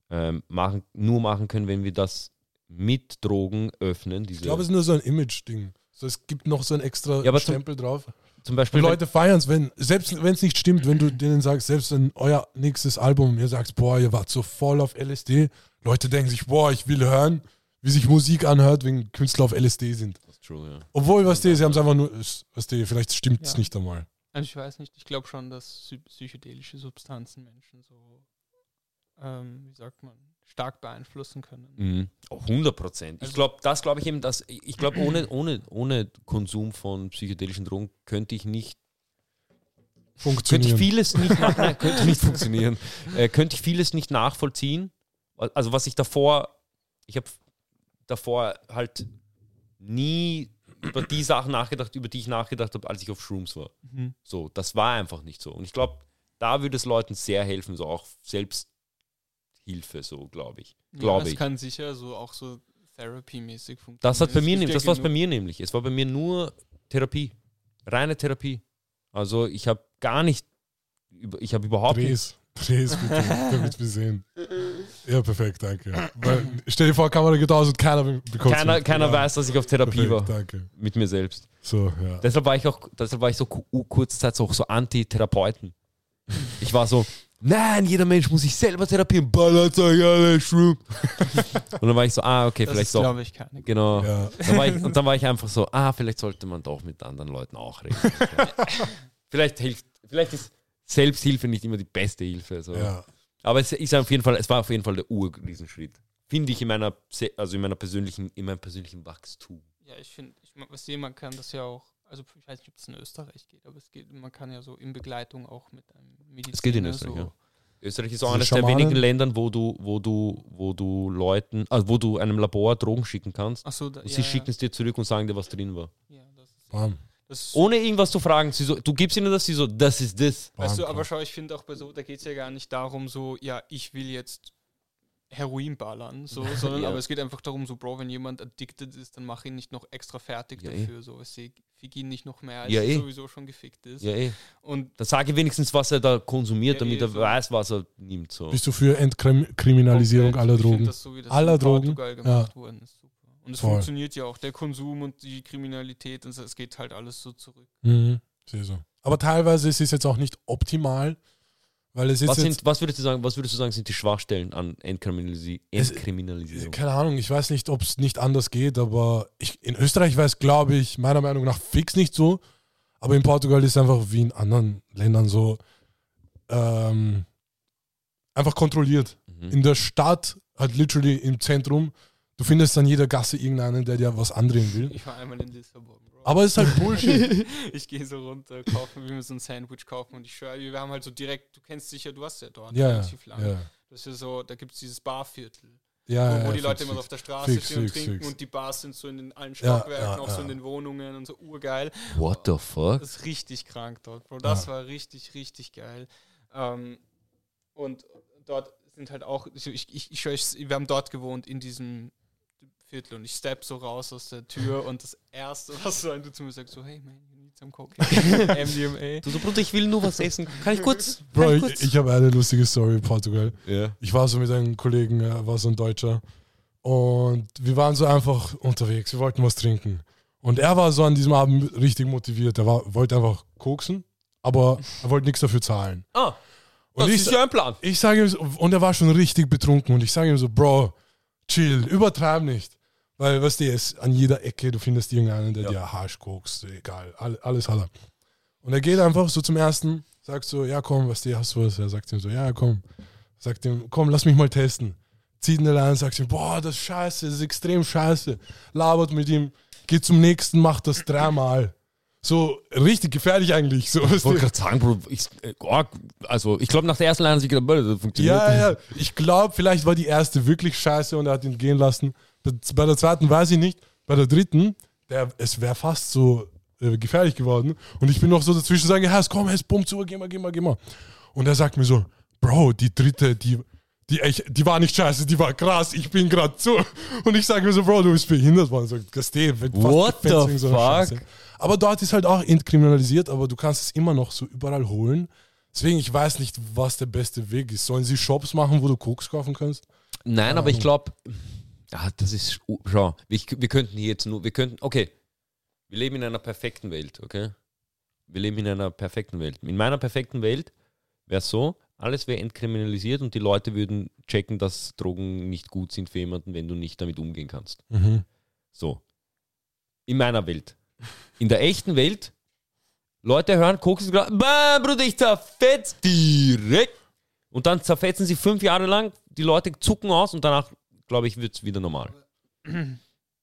S4: ähm, machen, nur machen können, wenn wir das mit Drogen öffnen? Diese,
S3: ich glaube, es ist nur so ein Image-Ding. So, es gibt noch so einen extra
S4: Ja, aber zum-
S3: Stempel drauf.
S4: zum
S3: Die
S4: Beispiel,
S3: Leute feiern es, wenn, selbst wenn es nicht stimmt, wenn du denen sagst, selbst wenn euer nächstes Album, ihr sagst, boah, ihr wart so voll auf LSD, Leute denken sich, boah, ich will hören, wie sich Musik anhört, wenn Künstler auf LSD sind.
S4: Das ist true, ja.
S3: Obwohl, was die, sie haben es einfach nur, ist- was die, vielleicht stimmt es
S5: Ja.
S3: nicht einmal.
S5: Also ich weiß nicht, ich glaube schon, dass psy- psychedelische Substanzen Menschen so, ähm, wie sagt man, stark beeinflussen können.
S4: Mhm. Auch 100 Prozent. Ich
S5: Also-
S4: glaube, das glaube ich eben, dass ich glaube, ohne, ohne, ohne Konsum von psychedelischen Drogen könnte ich nicht könnte ich
S3: Funktioniert.
S4: vieles nicht nach, nein, könnte nicht funktionieren. Äh, könnte ich vieles nicht nachvollziehen. Also was ich davor, ich habe davor halt nie über die Sachen nachgedacht, über die ich nachgedacht habe, als ich auf Shrooms war.
S5: Mhm.
S4: So, das war einfach nicht so. Und ich glaube, da würde es Leuten sehr helfen, so auch Selbsthilfe, so glaube ich. Glaube
S5: das
S4: ich.
S5: kann sicher so auch so therapy-mäßig funktionieren.
S4: Das hat bei
S5: Es
S4: mir
S5: gibt
S4: nämlich,
S5: ja
S4: das war bei
S5: genug-
S4: mir nämlich. Es war bei mir nur Therapie, reine Therapie. Also ich habe gar nicht, über- ich habe überhaupt nicht
S3: Dreh's, dreh's bitte, damit wir sehen. Ja, perfekt, danke. Weil, stell dir vor, Kamera geht aus und keiner be- bekommt
S4: Keiner,
S3: mit.
S4: keiner
S3: ja,
S4: weiß, dass ich auf Therapie
S3: perfekt,
S4: war
S3: danke.
S4: mit mir selbst.
S3: So, ja.
S4: Deshalb war ich auch, deshalb war ich so ku- kurzzeitig auch so Anti-Therapeuten. Ich war so, nein, jeder Mensch muss sich selber therapieren, ballert euch alle Shroom. und dann war ich so, ah, okay,
S5: Das
S4: vielleicht
S5: ist,
S4: doch.
S5: glaube ich, keine.
S4: Genau.
S3: Ja.
S4: Dann war ich, und dann war ich einfach so, ah, vielleicht sollte man doch mit anderen Leuten auch reden. vielleicht hilft, vielleicht ist Selbsthilfe nicht immer die beste Hilfe. So.
S3: Ja.
S4: Aber es ist auf jeden Fall, es war auf jeden Fall der Urriesenschritt. Finde ich in meiner, Se- also in meiner persönlichen, in meinem persönlichen Wachstum.
S5: Ja, ich finde, ich, mein, was sehe, man kann das ja auch, also ich weiß nicht, ob es in Österreich geht, aber es geht, man kann ja so in Begleitung auch mit einem Mediziner.
S4: Es geht in Österreich,
S5: so,
S4: ja. Österreich ist auch
S3: Also
S4: eines der
S3: Schamanen?
S4: wenigen Ländern, wo du, wo du, wo du Leuten, also wo du einem Labor Drogen schicken kannst.
S5: Ach so, da,
S4: Und
S5: ja,
S4: sie schicken es dir zurück und sagen dir, was drin war.
S5: Ja, ja, das ist,
S3: Bam,
S5: das ist
S4: Ohne irgendwas zu fragen. Sie so, du gibst ihnen das, sie so, das ist das.
S3: bam,
S5: Weißt du,
S3: bam.
S5: aber schau, ich finde auch bei so, da geht es ja gar nicht darum, so, ja, ich will jetzt Heroin ballern, so, sondern
S4: Ja.
S5: aber es geht einfach darum, so, Bro, wenn jemand addicted ist, dann mach ihn nicht noch extra fertig
S4: Ja, eh.
S5: dafür, so, weißt du, fick ihn nicht noch mehr, als
S4: Ja,
S5: er
S4: eh.
S5: sowieso schon gefickt ist.
S4: Ja, eh.
S5: Und
S4: Dann sage ich wenigstens, was er da konsumiert,
S5: Ja,
S4: damit
S5: eh,
S4: er
S5: so.
S4: weiß, was er nimmt. So.
S3: Bist du für Entkriminalisierung aller
S5: Ich find
S3: Drogen?
S5: Das so, wie das
S3: Aller
S5: in
S3: Drogen,
S5: Portugal
S3: ja.
S5: gemacht worden ist, super. Und es
S3: Voll.
S5: funktioniert ja auch, der Konsum und die Kriminalität, und so, es geht halt alles so zurück.
S3: Mhm. Sehe so. Aber teilweise ist es jetzt auch nicht optimal, weil es ist
S4: Was,
S3: jetzt
S4: sind, was, würdest du sagen, was würdest du sagen, sind die Schwachstellen an Entkriminalisi
S3: Es-
S4: Entkriminalisierung?
S3: Keine Ahnung, ich weiß nicht, ob es nicht anders geht, aber ich, in Österreich weiß, glaube ich, meiner Meinung nach fix nicht so. Aber in Portugal ist einfach wie in anderen Ländern so ähm, einfach kontrolliert.
S4: Mhm.
S3: In der Stadt, halt literally im Zentrum, du findest an jeder Gasse irgendeinen, der dir was andrehen will.
S5: Ich war einmal in Lissabon, Bro.
S3: Aber es ist halt Bullshit.
S5: ich gehe so runter, kaufen, wir müssen ein Sandwich kaufen und ich schwöre, wir haben halt so direkt, du kennst sicher, du hast ja dort
S3: ja,
S5: relativ
S3: ja,
S5: lang.
S3: ja,
S5: Das ist ja so, da gibt es dieses Barviertel,
S3: ja, ja,
S5: wo, wo die
S3: fix,
S5: Leute immer so auf
S3: fix.
S5: der Straße
S3: Fix,
S5: stehen und
S3: fix,
S5: trinken
S3: fix.
S5: und die Bars sind so in den allen
S3: Ja,
S5: Stockwerken,
S3: ja,
S5: auch so
S3: ja.
S5: in den Wohnungen und so urgeil.
S4: What the fuck?
S5: Das ist richtig krank dort, Bro. Das
S3: Ja.
S5: war richtig, richtig geil. Ähm, und dort sind halt auch, ich, ich, ich, schwör, ich, wir haben dort gewohnt in diesem Viertel und ich step so raus aus der Tür und das erste, was so ein du zu mir sagst, so hey man, you need some cocaine, MDMA.
S4: Du so, Bruder, ich will nur was essen. Kann ich Halt kurz?
S3: Bro, ich, ich habe eine lustige Story in Portugal.
S4: Ja.
S3: ich war so mit einem Kollegen, äh, war so ein Deutscher. Und wir waren so einfach unterwegs, wir wollten was trinken. Und er war so an diesem Abend richtig motiviert. Er war, wollte einfach koksen, aber er wollte nichts dafür zahlen.
S4: Ah,
S3: Und ich,
S4: ja ein Plan.
S3: ich sage ihm, so, und er war schon richtig betrunken. Und ich sage ihm so, Bro, chill, übertreib nicht. Weil, weißt du, es an jeder Ecke, du findest irgendeinen, der
S4: Ja.
S3: dir Hasch kokst, egal, all- alles hat er. Und er geht einfach so zum ersten, sagt so, ja komm, weißt du, hast du was? Er sagt ihm so, ja komm. Sagt ihm, komm, lass mich mal testen. Zieht ihn allein, sagt ihm, boah, das ist scheiße, das ist extrem scheiße. Labert mit ihm, geht zum nächsten, macht das dreimal. So richtig gefährlich eigentlich. So,
S4: Ich
S3: weißt du.
S4: wollte gerade sagen, Bro, ich, äh, arg, also ich glaube, nach der ersten Line hat sie gedacht, Bro, das funktioniert.
S3: Ja,
S4: nicht.
S3: ja, ich glaube, vielleicht war die erste wirklich scheiße und er hat ihn gehen lassen. Bei- Bei der zweiten weiß ich nicht. Bei der dritten, der, es wäre fast so äh, gefährlich geworden. Und ich bin noch so dazwischen, sage, Herr, komm, Herr, bumm zu, geh mal, geh mal, geh mal. Und er sagt mir so, Bro, die dritte, die, die, echt, die war nicht scheiße, die war krass, ich bin gerade zu. Und ich sage mir so, Bro, du bist behindert worden. So, Gaste, wenn fast
S4: What
S3: gefällt
S4: the
S3: wegen so einer
S4: fuck?
S3: Scheiße. Aber dort ist halt auch entkriminalisiert, aber du kannst es immer noch so überall holen. Deswegen, ich weiß nicht, was der beste Weg ist. Sollen sie Shops machen, wo du Koks kaufen kannst?
S4: Nein, aber ich glaube, ah, das ist, oh, schau, wir, wir könnten hier jetzt nur, wir könnten, okay, wir leben in einer perfekten Welt, okay? Wir leben in einer perfekten Welt. In meiner perfekten Welt wäre es so, alles wäre entkriminalisiert und die Leute würden checken, dass Drogen nicht gut sind für jemanden, wenn du nicht damit umgehen kannst. So. In meiner Welt. In der echten Welt, Leute hören Koks und sagen, "Bah, Bruder, ich zerfetz direkt. Und dann zerfetzen sie fünf Jahre lang, die Leute zucken aus und danach, glaube ich, wird es wieder normal.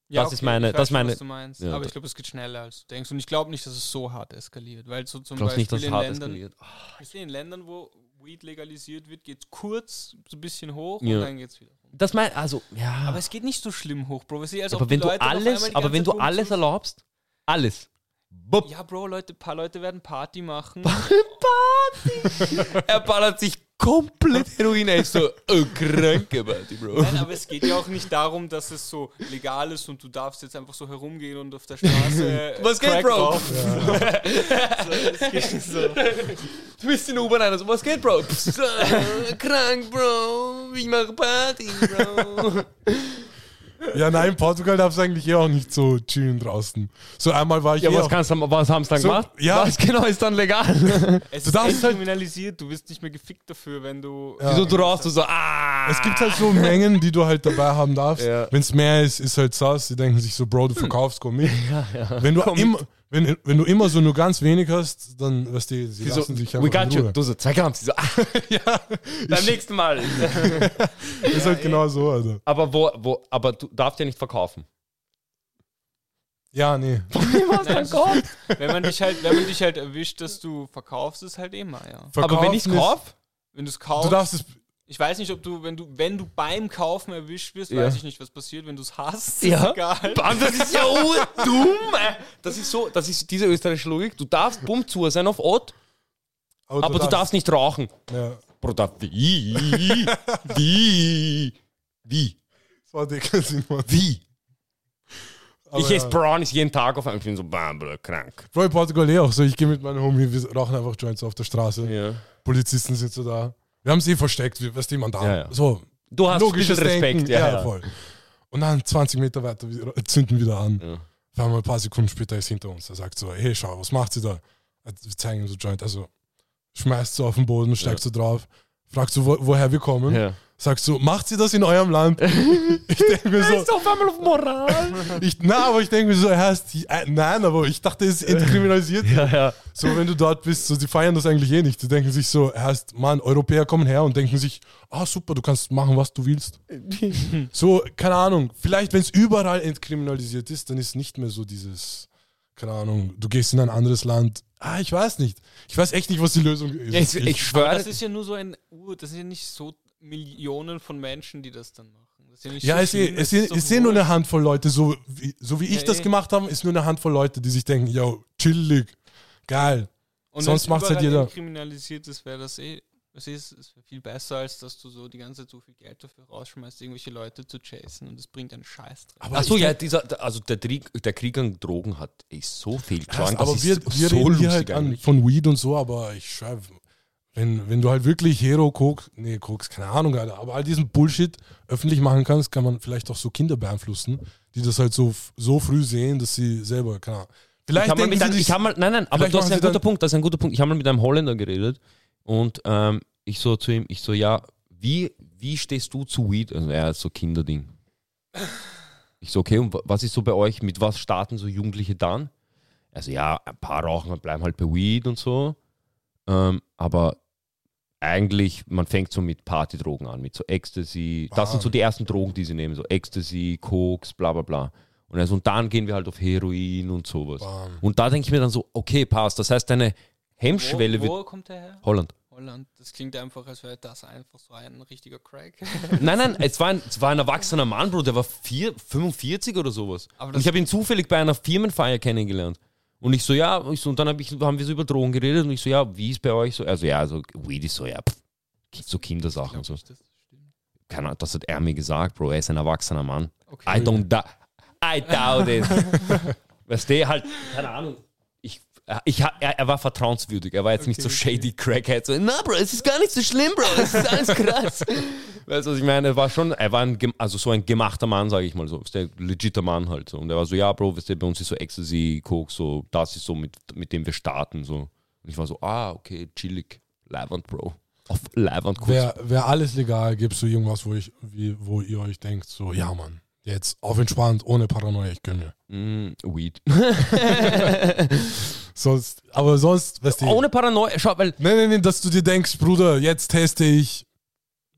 S4: Das ist meine-
S5: ich
S4: das
S5: weiß schon,
S4: meine-
S5: was du meinst.
S4: Ja,
S5: aber
S4: da-
S5: ich glaube, es geht schneller als du denkst. Und ich glaube nicht, dass es so hart eskaliert. Weil so zum
S4: Ich glaube
S5: Beispiel
S4: nicht, dass es
S5: in
S4: hart
S5: Ländern,
S4: eskaliert.
S5: Ich sehe in Ländern, wo Weed legalisiert wird, geht es kurz so ein bisschen hoch
S4: Ja.
S5: und dann geht es wieder. runter.
S4: Das mein, also, ja.
S5: Aber
S4: Aber,
S5: es geht nicht so schlimm hoch, Bro. Wir sehen, als ob
S4: wenn
S5: die
S4: du
S5: Leute auf einmal
S4: alles,
S5: die
S4: aber
S5: ganze
S4: wenn du
S5: Zeit
S4: alles
S5: rumschubsen.
S4: erlaubst, alles. Bup.
S5: Ja, Bro, Leute, paar Leute werden Party machen.
S4: Party. er ballert sich komplett Heroin. Er ist so, oh, kranke Party, Bro.
S5: Nein, aber es geht ja auch nicht darum, dass es so legal ist und du darfst jetzt einfach so herumgehen und auf der Straße. äh,
S4: Was geht,
S5: Crack
S4: Bro?
S5: rauchen. so, es geht so.
S4: Du bist in der U-Bahn einer, so, was geht, Bro? Psst, äh, krank, Bro. Ich mache Party, Bro.
S3: Ja, nein, in Portugal darf es eigentlich eh auch nicht so chillen draußen. So einmal war ich
S4: Ja,
S3: eh
S4: was,
S3: auch,
S4: kannst, du- was haben sie dann
S3: So,
S4: gemacht?
S3: ja.
S4: Was genau ist dann legal?
S6: Es
S3: Du
S6: ist
S3: darfst halt-
S6: kriminalisiert, du wirst nicht mehr gefickt dafür, wenn du.
S3: Ja.
S4: Wieso du rauchst du so, ah!
S3: Es gibt halt so Mengen, die du halt dabei haben darfst.
S4: Ja.
S3: Wenn es mehr ist, ist halt sass. Die denken sich so, Bro, du verkaufst, komm mit. Wenn, du immer, wenn, wenn du immer so nur ganz wenig hast, dann, weißt du, sie
S4: Die so,
S3: lassen sich
S4: we
S3: einfach
S4: got
S3: in
S4: you.
S3: Ruhe.
S4: Du so, zwei Gramm. Sie so, ah, beim nächsten Mal.
S3: ist halt genau so, Alter.
S4: aber wo, wo, aber du darfst ja nicht verkaufen.
S3: Ja, nee.
S4: Was dann kommt?
S6: Wenn man dich halt, wenn man dich halt erwischt, dass du verkaufst, ist
S5: eh
S6: halt immer, ja.
S4: Aber wenn
S3: Verkaufen
S4: ich
S3: ist-
S4: kauf,
S6: Wenn du es
S3: Du
S6: kaufst.
S3: darfst es.
S6: Ich weiß nicht, ob du, wenn du, wenn du beim Kaufen erwischt wirst,
S4: Ja.
S6: weiß ich nicht, was passiert. Wenn du es hast,
S4: Ja.
S6: ist egal.
S4: Bam, das ist ja urdumm. ey. Das ist so, das ist diese österreichische Logik. Du darfst bumm zu sein auf Ort, aber du darfst nicht rauchen.
S3: Ja.
S4: Bro, da, wie? Wie? Wie?
S3: So, Digga, sind wir.
S4: Wie?
S3: Aber
S4: Ich esse
S3: ja.
S4: Brownies jeden Tag auf einmal. Ich bin so, bam, bro, krank.
S3: Bro, in Portugal eh auch so. Ich gehe mit meinem Homie, wir rauchen einfach Joints auf der Straße.
S4: Ja.
S3: Polizisten sind so da. Wir haben es eh versteckt, wir- weißt du, jemand da.
S4: Ja, ja.
S3: So,
S4: Du hast
S3: logisches
S4: ein bisschen Respekt.
S3: Denken.
S4: Ja, ja.
S3: voll. Und dann 20 Meter weiter wir zünden wieder an.
S4: Ja.
S3: Auf einmal ein paar Sekunden später ist hinter uns. Er sagt so, hey, schau, was macht sie da? Wir zeigen ihm so Joint. Also schmeißt so auf den Boden, steigst so drauf, fragst so, wo, woher wir kommen.
S4: Ja.
S3: Sagst so, macht sie das in eurem Land? ich denke mir so,
S4: Ist auf einmal auf Moral.
S3: ich, na, aber ich denke mir so, erst, die- äh, nein, aber ich dachte, es ist entkriminalisiert.
S4: ja, ja.
S3: So, wenn du dort bist, so, die feiern das eigentlich eh nicht. Die denken sich so, erst, Mann, Europäer kommen her und denken sich, ah, super, du kannst machen, was du willst. so, keine Ahnung, vielleicht, wenn es überall entkriminalisiert ist, dann ist nicht mehr so dieses, keine Ahnung, du gehst in ein anderes Land. Ah, ich weiß nicht. Ich weiß echt nicht, was die Lösung ist.
S4: Ich, ich schwöre,
S6: Das ist ja nur so ein Ur, das sind ja nicht so Millionen von Menschen, die das dann machen. Das ist ja, nicht
S3: ja,
S6: so
S3: es ist,
S6: schlimm,
S3: es
S6: das
S3: ist,
S6: doch
S3: es sind nur
S6: wurscht.
S3: eine Handvoll Leute, so wie, so wie ich
S6: Ja,
S3: das
S6: eh.
S3: gemacht habe, ist nur eine Handvoll Leute, die sich denken, yo, chillig, geil.
S6: Und
S3: sonst
S6: wenn's
S3: macht's halt
S6: überall
S3: jeder.
S6: kriminalisiert ist, wäre das eh. Es ist, es wär viel besser, als dass du so die ganze Zeit so viel Geld dafür rausschmeißt, irgendwelche Leute zu chasen und das bringt einen Scheiß dran.
S3: Aber
S4: Achso,
S3: ich
S4: ja,
S3: denk-
S4: dieser, also der, Krieg, der Krieg an Drogen hat ist so viel
S3: Krass,
S4: geschlagen, das
S3: aber
S4: ist
S3: wir, wir
S4: so
S3: reden
S4: lustig
S3: hier halt an
S4: eigentlich.
S3: von Weed und so, aber ich schreibe, wenn, wenn du halt wirklich Hero, Koks, nee, Koks, keine Ahnung, Alter, aber all diesen Bullshit öffentlich machen kannst, kann man vielleicht auch so Kinder beeinflussen, die das halt so, f- so früh sehen, dass sie selber, keine Ahnung.
S4: Ich
S3: Vielleicht
S4: habe
S3: denken
S4: mal, mit
S3: sie
S4: einem-
S3: sich,
S4: ich hab mal, nein, nein, aber
S3: Vielleicht
S4: das ist
S3: machen
S4: ein
S3: sie dann-
S4: guter Punkt, das ist ein guter Punkt. Ich habe mal mit einem Holländer geredet und ähm, ich so zu ihm, ich so, ja, wie, wie stehst du zu Weed? Also er ist so Kinderding. Ich so, okay, und wa- was ist so bei euch, mit was starten so Jugendliche dann? Also ja, ein paar rauchen und bleiben halt bei Weed und so. Ähm, aber eigentlich, man fängt so mit Partydrogen an, mit so Ecstasy.
S3: Ah.
S4: Das sind so die ersten Drogen, die sie nehmen, so Ecstasy, Koks, bla bla bla. Und, also, und dann gehen wir halt auf Heroin und sowas.
S3: Bam.
S4: Und da denke ich mir dann so, okay, passt. Das heißt, deine Hemmschwelle
S6: wo,
S4: wird.
S6: wo kommt der her?
S4: Holland.
S6: Holland. Das klingt einfach, als wäre das einfach so ein richtiger Crack.
S4: Nein, nein, es war ein, es war ein erwachsener Mann, Bro, der war vier, 45 oder sowas.
S6: Aber
S4: Und
S6: das-
S4: ich habe ihn zufällig bei einer Firmenfeier kennengelernt. Und ich so, ja, ich so, und dann hab ich, haben wir so über Drogen geredet und ich so, ja, wie ist bei euch so? Also ja, so Weed ist so, ja, pff, so Kindersachen. So. Keine Ahnung, das hat er mir gesagt, Bro, er ist ein erwachsener Mann. I don't da I doubt it. weißt du, halt, keine Ahnung. Ich, äh, ich, ha- er, er war vertrauenswürdig. Er war jetzt nicht so shady Crackhead. So, na, Bro, es ist gar nicht so schlimm, Bro. Es ist alles krass. weißt du, was ich meine? Er war schon, er war ein, gem- also so ein gemachter Mann, sage ich mal so. Ist der legiter Mann halt so. Und er war so, ja, Bro, weißt du, bei uns ist so Ecstasy, Coke, so, das ist so, mit, mit dem wir starten, so. Und ich war so, ah, okay, chillig. Leiwand, Bro. Auf Leiwand, kurz.
S3: Wäre wär alles legal, gibst du irgendwas, wo, ich, wie, wo ihr euch denkt, so, ja, Mann, jetzt auf entspannt, ohne Paranoia, ich gönne.
S4: Mm, Weed.
S3: Sonst, aber sonst, weißt du,
S4: Ohne Paranoia, schau, weil.
S3: nein, nein, nein, dass du dir denkst, Bruder, jetzt teste ich,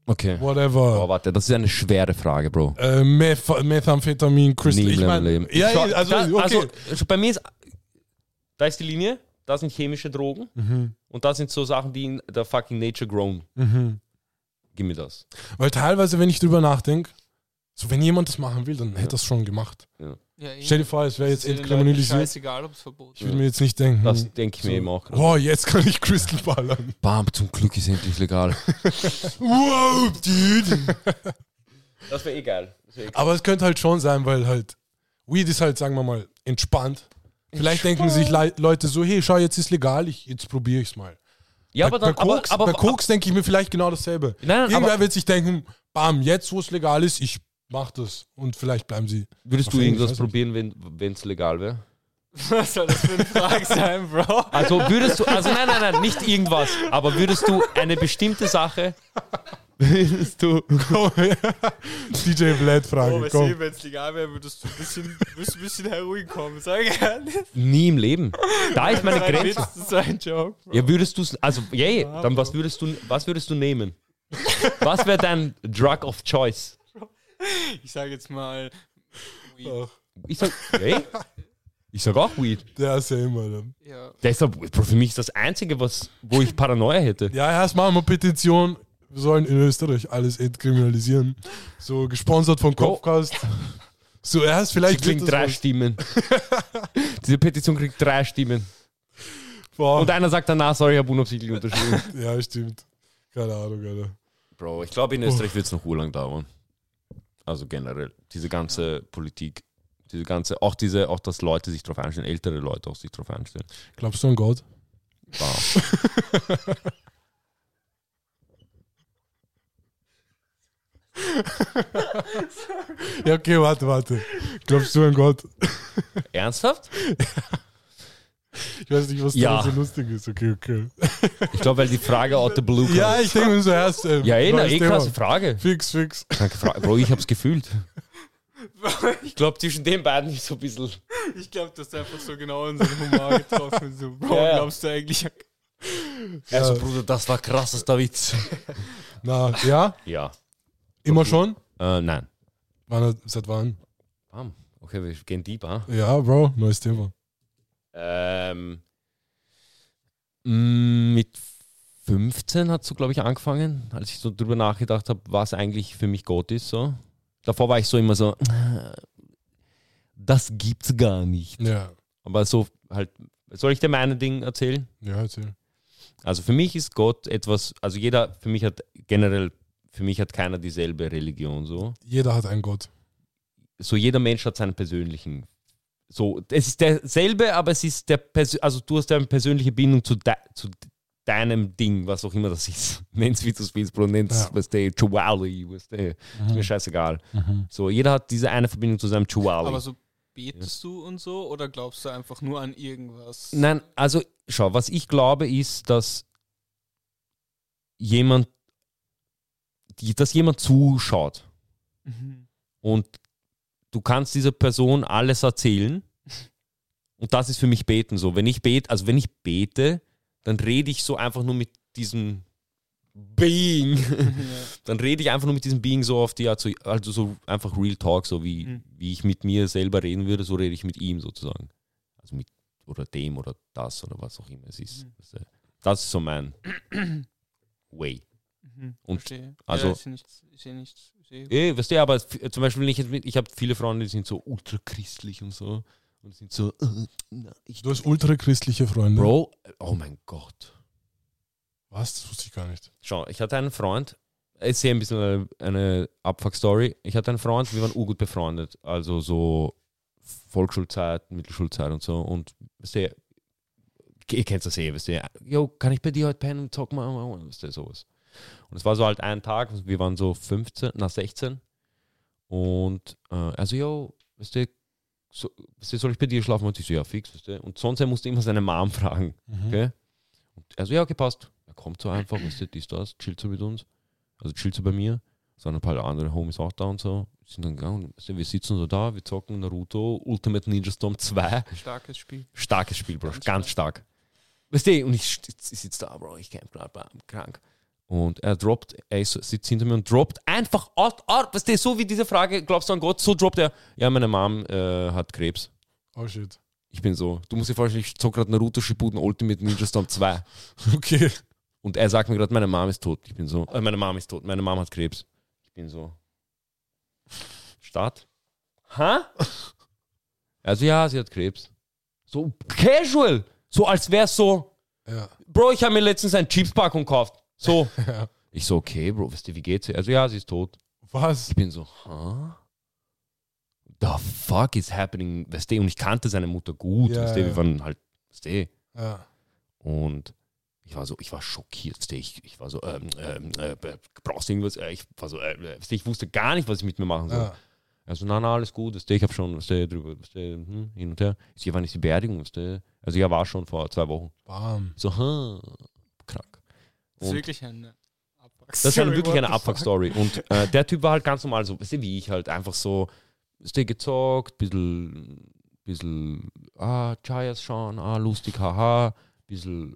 S4: Okay.
S3: whatever.
S4: Boah, warte, das ist eine schwere Frage, Bro.
S3: Äh, Meth Methamphetamin, Crystal.
S4: Nie
S3: Ich
S4: im
S3: meine,
S4: Leben.
S3: ja,
S4: Schau,
S3: also,
S4: da,
S3: okay.
S4: also schau, bei mir ist, da ist die Linie, da sind chemische Drogen und da sind so Sachen, die in der fucking Nature grown. Gib mir das.
S3: Weil teilweise, wenn ich drüber nachdenke, so wenn jemand das machen will, dann hätte das schon gemacht.
S6: Ja, eh.
S3: Stell dir vor, es wäre jetzt
S6: Ist den Leuten
S3: entkriminalisiert.
S6: Scheißegal, ob es
S3: Ich
S6: verboten
S3: würde mir jetzt nicht denken,
S4: Das denke ich mir
S3: Hm. so. Oh,
S4: eben auch.
S3: boah, jetzt kann ich Crystal ballern.
S4: Bam, zum Glück ist endlich legal.
S3: wow, dude.
S4: Das wäre egal. Das wär eh egal.
S3: Aber es könnte halt schon sein, weil halt Weed ist halt, sagen wir mal, entspannt. Vielleicht denken sich Le Leute so, hey, schau, jetzt ist legal, ich, jetzt probiere ich es mal.
S4: Ja,
S3: bei,
S4: aber dann,
S3: bei Koks,
S4: aber, aber,
S3: bei Koks denke ich mir vielleicht genau dasselbe.
S4: Nein, nein,
S3: Irgendwer
S4: aber-
S3: wird sich denken, bam, jetzt, wo es legal ist, ich Macht das und vielleicht bleiben sie.
S4: Würdest
S3: Auf
S4: du
S3: jeden
S4: irgendwas
S3: Fall.
S4: probieren, wenn es legal wäre?
S6: Was soll das für eine Frage sein, Bro?
S4: Also würdest du, also nein, nein, nein, nicht irgendwas, aber würdest du eine bestimmte Sache, würdest du,
S3: Komm her. DJ Vlad
S6: Oh,
S5: Oh,
S3: Frage, komm.
S6: wenn es eh, legal wäre, würdest du ein bisschen, würdest ein bisschen Heroin kommen, sag ich ehrlich.
S4: nie im Leben. Da ist meine Grenze.
S6: Das ist ein Joke.
S4: Ja, würdest du, also, yay, dann was würdest du, was würdest du nehmen? Was wäre dein Drug of Choice?
S6: Ich sage jetzt mal,
S4: Ich sag, yay. Ich sag auch Weed.
S3: Der ist ja immer dann.
S6: ja,
S4: Deshalb, Bro, für mich ist das Einzige, was, wo ich Paranoia hätte.
S3: Ja, erst machen wir Petition. Wir sollen in Österreich alles entkriminalisieren. So gesponsert von
S4: Bro.
S3: Kopfkast. Zuerst
S4: Sie
S3: vielleicht
S4: kriegt
S3: wird das
S4: drei Stimmen. Diese Petition kriegt drei Stimmen.
S3: was. Boah.
S4: Und einer sagt danach, sorry, ich habe unabsichtlich unterschrieben.
S3: Ja, stimmt. Keine Ahnung, Alter.
S4: Bro, ich glaube, in
S3: Oh.
S4: Österreich wird es noch urlang dauern. Also generell. Diese ganze Politik, diese ganze, auch diese, auch dass Leute sich drauf einstellen, ältere Leute auch sich drauf einstellen.
S3: Glaubst du an Gott?
S4: Wow.
S3: Ja, okay, warte, warte. Glaubst du an Gott?
S4: Ernsthaft?
S3: Ich weiß nicht, was
S4: Ja.
S3: da so lustig ist. Okay, okay.
S4: Ich glaube, weil die Frage out the blue kam. Ja,
S3: Ja, ich denke mir so erst. Ähm,
S4: eh, na,
S3: neues
S4: eh
S3: Thema.
S4: krasse Frage.
S3: Fix, fix.
S4: Kranke Frage. Bro, ich hab's gefühlt. Ich glaube, zwischen den beiden ist so ein bisschen.
S6: ich glaube, das ist einfach so genau unseren Humor getroffen. So, Bro,
S4: Ja, ja.
S6: glaubst du eigentlich?
S4: Also,
S3: Ja.
S4: Bruder, das war krassester Witz.
S3: Na, ja?
S4: Ja.
S3: Immer schon?
S4: Äh, nein.
S3: Wann, hat- seit wann?
S4: Bam. Okay, wir gehen deep, ah.
S3: Ja, Bro, neues Thema.
S4: Ähm, m, Mm, mit 15 hat so, glaube ich, angefangen, als ich so drüber nachgedacht habe, was eigentlich für mich Gott ist. So. Davor war ich so immer so, "Äh, das gibt's gar nicht.
S3: Ja,
S4: Aber so halt, soll ich dir meine Ding erzählen?
S3: ja, erzähl.
S4: Also für mich ist Gott etwas, also jeder, für mich hat generell, für mich hat keiner dieselbe Religion so.
S3: Jeder hat einen Gott.
S4: so jeder Mensch hat seinen persönlichen. So, es ist derselbe, aber es ist der Pers also du hast eine persönliche Bindung zu, de zu deinem Ding, was auch immer das ist. Nenn's wie du es willst, Bro, nenn's,
S3: Ja. Mhm.
S4: was der Chihuahua, was der, ist mir scheißegal. So, jeder hat diese eine Verbindung zu seinem Chihuahua.
S6: Aber so betest du und so oder glaubst du einfach nur an irgendwas?
S4: Nein, also schau, was ich glaube ist, dass jemand, die, dass jemand zuschaut
S6: Mhm.
S4: und du kannst dieser Person alles erzählen und das ist für mich beten so. Wenn ich bete, also wenn ich bete, dann rede ich so einfach nur mit diesem Being. dann rede ich einfach nur mit diesem Being so auf die Art, so, also so einfach Real Talk, so wie,
S6: Mhm.
S4: wie ich mit mir selber reden würde, so rede ich mit ihm sozusagen. Also mit oder dem oder das oder was auch immer es ist. Das, äh, Das ist so mein Way.
S6: Mhm.
S4: Und
S6: Verstehe.
S4: also-
S6: ja, ich sehe nichts. Ich sehe nichts. Ich sehe
S4: Eh, weißt du, aber f- zum Beispiel, wenn ich, jetzt mit- ich habe viele Freunde, die sind so ultrachristlich und so. Und sind so, äh, na, ich,
S3: Du hast ultrachristliche Freunde.
S4: Bro, oh mein Gott.
S3: Was? Das wusste ich gar nicht.
S4: Schau, ich hatte einen Freund, ich sehe ein bisschen eine, eine Abfuck-Story. Ich hatte einen Freund, wir waren urgut befreundet. Also so Volksschulzeit, Mittelschulzeit und so. Und weißt du, ihr kennt das eh, weißt du, yo, kann ich bei dir heute pennen und talk mal, weißt du, sowas. Und es war so halt ein Tag, wir waren so 15, na 16. Und äh, also, yo, weißt du, so, weißt du, soll ich bei dir schlafen? Und ich so, ja, fix, weißt du. Und sonst er musste immer seine Mom fragen.
S3: Mhm.
S4: Okay? Und er so, ja, okay, passt. Er kommt so einfach, weißt du, dies, das, chillt so mit uns. Also chillt so bei mir. Es waren ein paar andere Homies auch da und so. Sind dann gegangen, weißt du, wir sitzen so da, wir zocken Naruto, Ultimate Ninja Storm 2.
S6: ein starkes Spiel.
S4: Starkes Spiel, Bro.
S6: Ganz
S4: Ganz stark. Weißt du, und ich, st- ich sitze da, Bro, ich kämpfe gerade bam, krank. Und er droppt, er ist, sitzt hinter mir und droppt einfach out, out. Weißt du, so wie diese Frage, glaubst du an Gott, so droppt er, ja, meine Mom äh, hat Krebs.
S3: Oh shit.
S4: Ich bin so, du musst dir vorstellen, ich zocke gerade Naruto Shippuden Ultimate Ninja Storm 2.
S3: Okay.
S4: Und er sagt mir gerade, meine Mom ist tot. Ich bin so, äh, meine Mom ist tot, meine Mom hat Krebs. Ich bin so, Start. Hä? Also ja, sie hat Krebs. So casual. So als wär's so,
S3: Ja.
S4: Bro, ich habe mir letztens ein Chipspackung gekauft. So.
S3: Ja.
S4: Ich so, okay, Bro, weißt du, wie geht's ihr? Also ja, sie ist tot.
S3: Was?
S4: Ich bin so, huh? The fuck is happening? Weißt du, und ich kannte seine Mutter gut.
S3: Ja,
S4: weißt du,
S3: ja.
S4: wir waren halt, weißt du,
S3: Ja.
S4: und ich Ich war so, ich war schockiert. versteh Ich, ich war so, ähm, ähm, äh, äh, brauchst du irgendwas? Äh, Ich war so, äh, äh, versteh, ich wusste gar nicht, was ich mit mir machen soll.
S3: Ja.
S4: Also, na, na, alles gut, versteh, ich habe schon, versteh, drüber, versteh, hm, hin und her. Ich sehe, wann ist die Beerdigung, versteh. Also, ja, war schon vor zwei Wochen.
S3: Bam.
S4: So, hm, krank.
S6: Das ist
S4: Und-
S6: wirklich eine Abwachs.
S4: Das ist halt wirklich eine Abfuck-Story. Und äh, der Typ war halt ganz normal so, weißt du, wie ich halt, einfach so, steh gezockt, bisschen, bisschen, ah, Chayas schauen, ah, lustig, haha, bisschen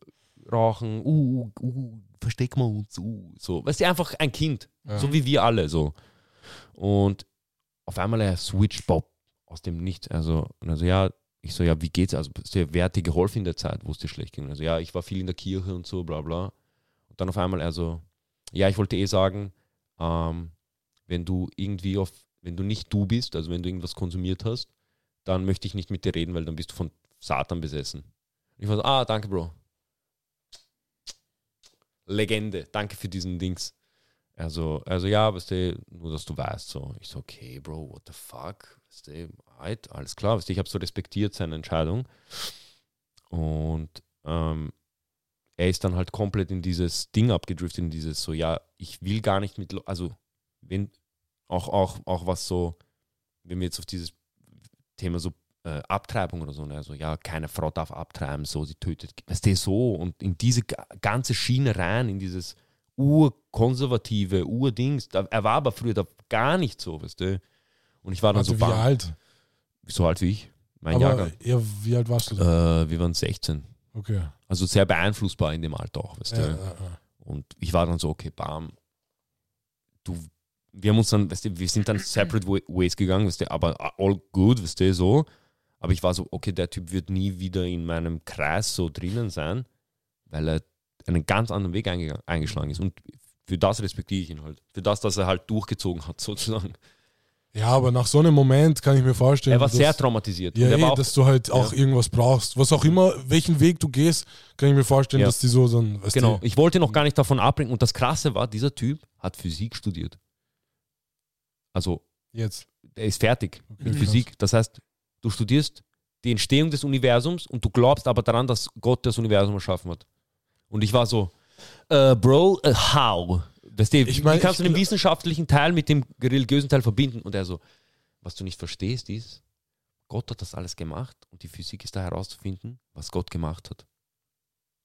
S4: rauchen, uh, uh, uh, verstecken wir uns, uh, so. Weißt du, einfach ein Kind,
S3: Ja.
S4: so wie wir alle, so. Und auf einmal er switcht Bob aus dem Nichts, also, und also ja, ich so, ja, wie geht's? Also, weißt du, wer hat dir geholfen in der Zeit, wo es dir schlecht ging? Also, ja, ich war viel in der Kirche und so, bla, bla. Und dann auf einmal, also, ja, ich wollte eh sagen, ähm, wenn du irgendwie auf, wenn du nicht du bist, also wenn du irgendwas konsumiert hast, dann möchte ich nicht mit dir reden, weil dann bist du von Satan besessen. Und ich war so, ah, danke, Bro. Legende, danke für diesen Dings. Also, also ja, weißt du, nur dass du weißt, so. Ich so, okay, Bro, what the fuck? Weißt du, alright, alles klar, weißt du, ich habe so respektiert seine Entscheidung. Und ähm, er ist dann halt komplett in dieses Ding abgedriftet, in dieses so, ja, ich will gar nicht mit, Le- also wenn, auch, auch, auch was so, wenn wir jetzt auf dieses Thema so äh, Abtreibung oder so, ne, also ja, keine Frau darf abtreiben, so, sie tötet, weißt du, so und in diese ga- ganze Schiene rein, in dieses urkonservative, urdings, da, er war aber früher da gar nicht so, weißt du, und ich war dann
S3: Also
S4: so
S3: wie
S4: bang,
S3: alt?
S4: so alt wie ich, mein
S3: Aber
S4: Jahrgang,
S3: ja, wie alt warst du da?
S4: äh, wir waren 16,
S3: Okay.
S4: also sehr beeinflussbar in dem Alter auch, weißt
S3: Ja,
S4: du.
S3: ja, ja.
S4: Und ich war dann so, okay, bam. Du, wir haben uns dann, weißt du, wir sind dann separate wa- ways gegangen, weißt du, aber all good, weißt du, so. Aber ich war so, okay, der Typ wird nie wieder in meinem Kreis so drinnen sein, weil er einen ganz anderen Weg eingegangen, eingeschlagen ist. Und für das respektiere ich ihn halt. Für das, dass er halt durchgezogen hat, sozusagen.
S3: ja, aber nach so einem Moment kann ich mir vorstellen,
S4: Er war
S3: dass-
S4: sehr traumatisiert.
S3: ja,
S4: und er war
S3: eh,
S4: auch,
S3: dass du halt auch
S4: Ja.
S3: irgendwas brauchst. Was auch immer, welchen Weg du gehst, kann ich mir vorstellen,
S4: Ja.
S3: dass die so dann, weißt
S4: genau,
S3: du,
S4: ich wollte noch gar nicht davon abbringen. Und das Krasse war, dieser Typ hat Physik studiert. Also
S3: jetzt.
S4: er ist fertig
S3: Okay,
S4: mit
S3: krass.
S4: Physik. Das heißt, du studierst die Entstehung des Universums und du glaubst aber daran, dass Gott das Universum erschaffen hat. Und ich war so, äh, Bro, äh, how? Weißt du,
S3: Ich mein,
S4: wie kannst
S3: ich
S4: du den
S3: gl-
S4: wissenschaftlichen Teil mit dem religiösen Teil verbinden? Und er so, was du nicht verstehst, ist, Gott hat das alles gemacht und die Physik ist da herauszufinden, was Gott gemacht hat.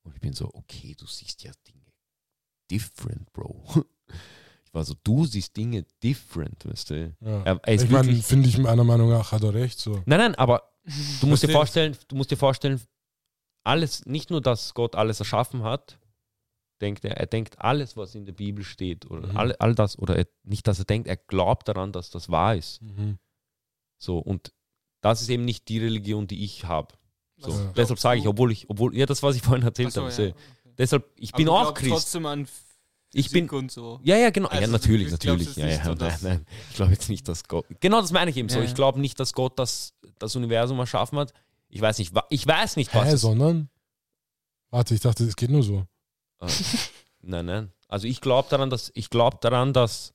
S4: Und ich bin so, okay, du siehst ja Dinge different, Bro. Ich war so, du siehst Dinge different, weißt du.
S3: Ja.
S4: Er, er ist
S3: ich meine,
S4: wirklich-
S3: finde ich meiner Meinung nach hat er recht. So.
S4: Nein, nein, aber du musst dir
S3: Verstehe.
S4: vorstellen, du musst dir vorstellen, alles, nicht nur, dass Gott alles erschaffen hat, denkt er, er denkt alles, was in der Bibel steht oder
S3: Mhm.
S4: all, all das, oder er, nicht, dass er denkt, er glaubt daran, dass das wahr ist.
S3: Mhm.
S4: So, und das ist eben nicht die Religion, die ich habe. So,
S3: Was
S4: deshalb
S6: glaubst
S4: sage ich,
S6: du?
S4: obwohl ich, obwohl, ja, das, was ich vorhin erzählt
S6: Achso,
S4: habe.
S6: ja.
S4: sehe. Deshalb, ich bin
S6: Aber du
S4: auch
S6: glaubst
S4: Christ.
S6: Trotzdem an
S4: Ich bin,
S6: Physik und so.
S4: ja, ja, genau. ja,
S6: Also,
S4: natürlich,
S6: du glaubst
S4: natürlich.
S6: jetzt
S4: Ja,
S6: nicht
S4: ja,
S6: so,
S4: nein,
S6: dass-
S4: nein. Ich glaube jetzt nicht, dass Gott. Genau das meine ich eben so.
S6: Ja,
S4: Ich
S6: ja.
S4: glaube nicht, dass Gott das, das Universum erschaffen hat. Ich weiß nicht, wa- ich weiß nicht, was.
S3: Hä,
S4: es-
S3: sondern? Warte, ich dachte, es geht nur so.
S4: Nein, nein. Also ich glaube daran, dass ich glaube daran, dass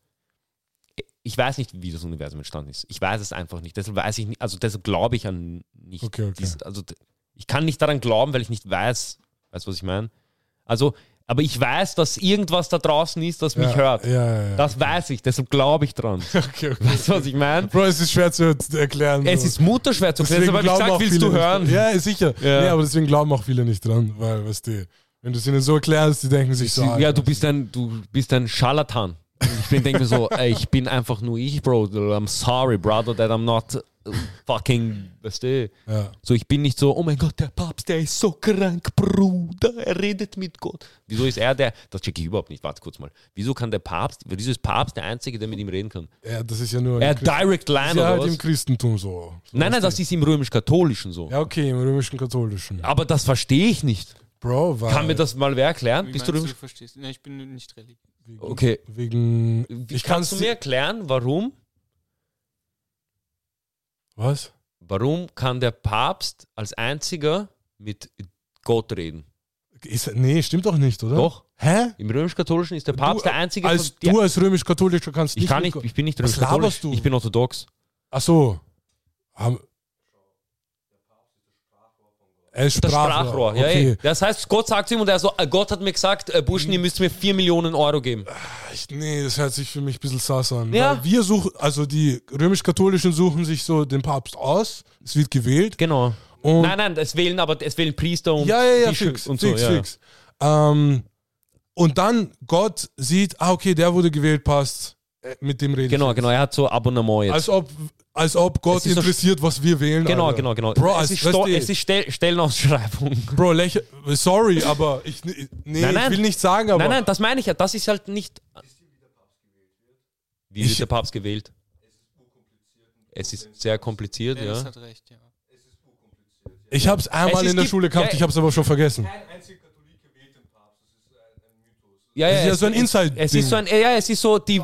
S4: ich weiß nicht, wie das Universum entstanden ist. Ich weiß es einfach nicht. Deshalb weiß ich nicht, also deshalb glaube ich an nicht.
S3: Okay, okay.
S4: dies- also d- ich kann nicht daran glauben, weil ich nicht weiß, weißt du, was ich meine? Also, aber ich weiß, dass irgendwas da draußen ist, das mich
S3: ja,
S4: hört.
S3: Ja, ja, ja.
S4: Das weiß ich, deshalb glaube ich dran.
S3: okay, okay.
S4: Weißt du, was ich meine?
S3: Bro, es ist schwer zu zu erklären.
S4: Es
S3: so.
S4: ist mutterschwer zu erklären, deshalb habe ich
S3: glauben
S4: gesagt,
S3: auch
S4: willst du
S3: viele
S4: hören?
S3: Nicht, dran. ja, ist sicher.
S4: Ja.
S3: Nee, aber deswegen glauben auch viele nicht dran, weil, weißt du, wenn du es ihnen so erklärst, die denken sich so.
S4: Sie-
S3: ah,
S4: ja, du bist ein, du bist ein Scharlatan. Und Ich bin, denke mir so, ey, ich bin einfach nur ich, Bro. I'm sorry, brother, that I'm not uh, fucking, weißt du?
S3: Ja.
S4: So, ich bin nicht so, oh mein Gott, der Papst, der ist so krank, Bruder, er redet mit Gott. Wieso ist er der, das checke ich überhaupt nicht, warte kurz mal. Wieso kann der Papst, wieso ist Papst der Einzige, der mit ihm reden kann?
S3: ja, das ist ja nur.
S4: Er
S3: im Christ-
S4: direct
S3: das
S4: line
S3: ist ja
S4: oder
S3: halt
S4: was?
S3: im Christentum so. so
S4: Nein, nein,
S3: weißt
S4: das ist im römisch-katholischen so.
S3: du. Ja, okay, im römischen-katholischen.
S4: Aber das verstehe ich nicht.
S3: Bro, weil.
S4: Ah, Kann mir das mal wer erklären?
S6: Wie
S4: Bist
S6: meinst
S4: du
S6: du,
S4: römisch?
S6: verstehst? Nein, ich bin nicht religiös.
S3: wegen-
S4: Okay.
S3: Wegen.
S4: Wie,
S3: Ich
S4: kannst du
S3: kann's-
S4: mir erklären, warum
S3: Was?
S4: warum kann der Papst als einziger mit Gott reden?
S3: Ist, nee, stimmt doch nicht, oder?
S4: Doch,
S3: Hä?
S4: im römisch-katholischen ist der Papst der einzige.
S3: Als
S4: von, die-
S3: du als römisch-katholischer kannst
S4: ich
S3: nicht.
S4: kann
S3: mit
S4: nicht,
S3: Gott-
S4: ich bin nicht
S3: Was
S4: römisch-katholisch.
S3: laberst du?
S4: Ich bin orthodox.
S3: Ach so. Ham- Äh,
S4: Das
S3: Sprachrohr.
S4: Sprachrohr, ja,
S3: okay.
S4: ey. Das heißt, Gott sagt zu ihm und er so, "Ah, Gott hat mir gesagt, äh, Burschen, ihr müsst mir 4 Millionen Euro geben.
S3: Ich, nee, das hört sich für mich ein bisschen sass an.
S4: Ja.
S3: Weil Wir suchen, also die römisch-katholischen suchen sich so den Papst aus, es wird gewählt.
S4: Genau.
S3: Und
S4: nein, nein, es wählen aber, es wählen Priester und
S3: ja, ja, ja,
S4: Bischöfe
S3: fix,
S4: und so.
S3: fix,
S4: ja.
S3: fix. Ähm, und dann Gott sieht, ah, okay, der wurde gewählt, passt, äh, mit dem reden.
S4: Genau, genau, er hat so Abonnement jetzt.
S3: Als ob, als ob Gott
S4: Es ist so
S3: interessiert, was wir wählen.
S4: genau,
S3: Alter.
S4: genau, genau,
S3: also, Bro,
S4: es,
S3: als,
S4: ist
S3: weißt
S4: Sto-
S3: du,
S4: es ist Stell Stellenausschreibung.
S3: Bro, lächer, sorry, aber ich, nee,
S4: Nein, nein.
S3: ich will nicht sagen, aber
S4: nein, nein, das meine ich ja. Das ist halt nicht. Wie wird der Papst gewählt? Es ist sehr kompliziert,
S5: Ja, das
S4: ja.
S5: hat recht, ja.
S3: ich habe es
S4: Es
S3: einmal
S4: ist-
S3: in der
S4: gibt-
S3: Schule gehabt,
S4: ja,
S3: ich habe es aber schon vergessen.
S4: Ja,
S3: Das ist ja
S4: es-
S3: so ein
S4: es-
S3: Inside-Ding.
S4: Es ist so ein, ja, es ist so die.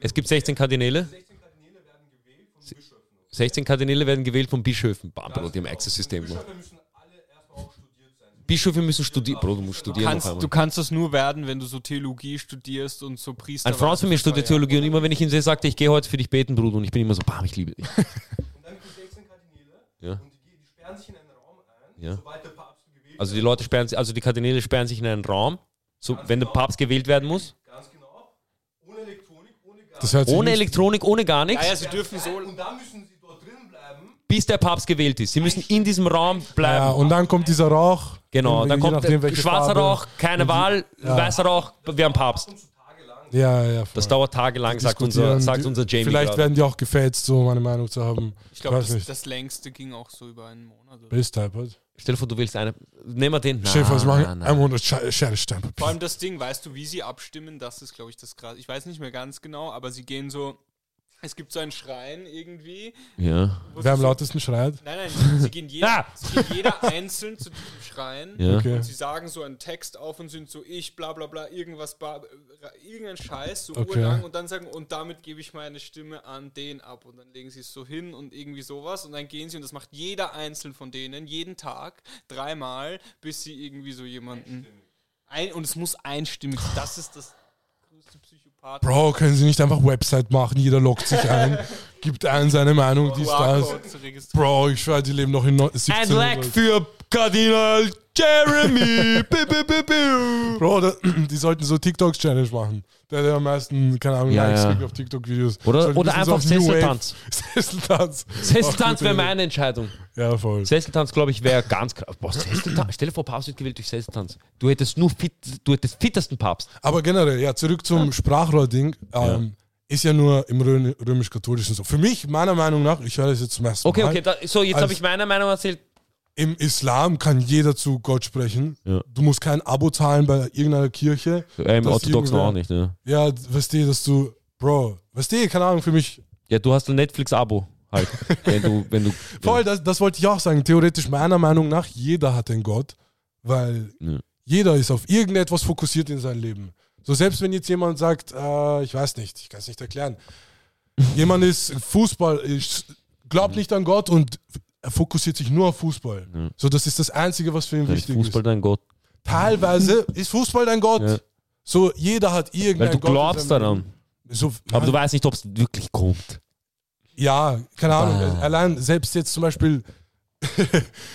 S4: Es gibt 16 Kardinäle. 16 Kardinäle werden gewählt von Bischöfen. Bah, Bro, die haben Access-System. gemacht. Bischöfe müssen studieren. Bro, du musst
S5: Du
S4: studieren.
S5: kannst,
S4: noch einmal.
S5: du kannst das nur werden, wenn du so Theologie studierst und so Priester.
S4: Ein Freund von mir studiert Theologie und immer wenn ich ihn sehe, sagte, ich gehe heute für dich beten, Bruder. Und ich bin immer so, bam, ich liebe dich. Ja. Ja. Also die Leute sperren sich, also die Kardinäle sperren sich in einen Raum, so,
S3: Also
S4: wenn der Papst gewählt werden muss.
S3: Das hört sich
S4: Ohne
S3: nicht-
S4: Elektronik, ohne gar
S5: Ja,
S4: nichts,
S5: Also ja, sie dürfen so.
S4: bis der Papst gewählt ist. Sie müssen in diesem Raum bleiben.
S3: Ja, und dann kommt dieser Rauch.
S4: genau,
S3: Irgendwie,
S4: dann
S3: je
S4: kommt
S3: nachdem,
S4: der
S3: welche
S4: schwarzer
S3: Farbe.
S4: Rauch, keine Wahl, weißer Rauch, wir haben Papst.
S3: Ja, ja, voll.
S4: Das dauert tagelang, sagt unser,
S3: Diskutieren.
S4: sagt
S3: Die-
S4: unser Jamie.
S3: Vielleicht
S4: gerade.
S3: werden die auch gefälzt, so meine Meinung zu haben.
S5: Ich glaube,
S3: Weiß
S5: das,
S3: nicht.
S5: das längste ging auch so über einen Monat. Oder?
S3: Bist halt.
S4: Stell dir vor, du willst eine. Nehmen wir den.
S3: Stell dir vor,
S4: Nein,
S3: sie machen
S4: nein,
S3: einen
S4: nein.
S3: Monat Sche- Scheidestempel.
S5: Vor allem das Ding, weißt du, wie sie abstimmen, das ist, glaube ich, das krass. Ich weiß nicht mehr ganz genau, aber sie gehen so. Es gibt so einen Schrein irgendwie.
S4: Ja.
S5: wo sie
S3: Wer am
S5: so-
S3: lautesten schreit?
S5: Nein, nein, sie gehen jeder,
S4: Ah!
S5: sie gehen jeder einzeln zu diesem Schrein.
S4: Ja.
S3: Okay.
S5: Und sie sagen so einen Text auf und sind so ich, bla bla bla, irgendwas, bla, äh, irgendein Scheiß, so
S3: Okay.
S5: urlang und dann sagen, und damit gebe ich meine Stimme an den ab. Und dann legen sie es so hin und irgendwie sowas und dann gehen sie und das macht jeder einzeln von denen, jeden Tag, dreimal, bis sie irgendwie so jemanden. Ein, und es muss einstimmig, sein. das ist das größte Psychopath.
S3: Bro, können sie nicht einfach Website machen? Jeder lockt sich ein, gibt ein seine Meinung, dies, das.
S5: um zu registrieren.
S3: Bro, ich schwöre, die leben noch in neun- 17
S4: Ein
S3: oder
S4: Lack
S3: so.
S4: für Kardinal Jeremy. Bi, bi, bi, bi.
S3: Bro, da, die sollten so TikTok-Challenge machen. Der, der am meisten, keine Ahnung,
S4: Ja,
S3: Likes
S4: ja.
S3: kriegt auf TikTok-Videos.
S4: Oder,
S3: Sollten
S4: oder
S3: bisschen so
S4: einfach
S3: auf New
S4: Sesseltanz.
S3: Wave- Sesseltanz.
S4: Sesseltanz
S3: Ach,
S4: wäre
S3: gute
S4: meine Entscheidung.
S3: Ja, voll.
S4: Sesseltanz, glaube ich, wäre ganz krass. Boah, Sesseltanz. Stell dir vor, Papst wird gewählt durch Sesseltanz. Du hättest nur fit, du hättest fittesten Papst.
S3: Aber generell, ja, zurück zum Sprachrohr-Ding. Ähm, Ist ja nur im Rö- römisch-katholischen so. Für mich, meiner Meinung nach, ich höre das jetzt zum ersten
S4: Okay,
S3: Mal.
S4: okay, da, so
S3: Halt.
S4: jetzt
S3: Als-
S4: habe ich meine Meinung erzählt.
S3: Im Islam kann jeder zu Gott sprechen.
S4: Ja.
S3: Du musst kein Abo zahlen bei irgendeiner Kirche.
S4: Im
S3: Das Orthodoxen irgendwer- auch
S4: ähm, nicht, ne?
S3: Ja, weißt du, dass du, Bro, weißt du, keine Ahnung, für mich.
S4: Ja, du hast ein Netflix-Abo halt. wenn du, wenn du.
S3: Voll, das, das wollte ich auch sagen. Theoretisch, meiner Meinung nach, jeder hat einen Gott, weil
S4: Ja.
S3: jeder ist auf irgendetwas fokussiert in seinem Leben. So, selbst wenn jetzt jemand sagt, äh, ich weiß nicht, ich kann es nicht erklären. Jemand ist Fußball, ist- glaubt nicht an Gott und er fokussiert sich nur auf Fußball.
S4: Ja.
S3: So, das ist das Einzige, was für ihn wichtig ist.
S4: dein Gott.
S3: Teilweise ist Fußball dein Gott.
S4: Ja.
S3: So, jeder hat irgendeinen
S4: Weil du
S3: Gott in
S4: glaubst
S3: seinem
S4: daran.
S3: Leben. So,
S4: Aber du weißt nicht, ob es wirklich kommt.
S3: Ja, keine Ahnung.
S4: Ah.
S3: Allein selbst jetzt zum Beispiel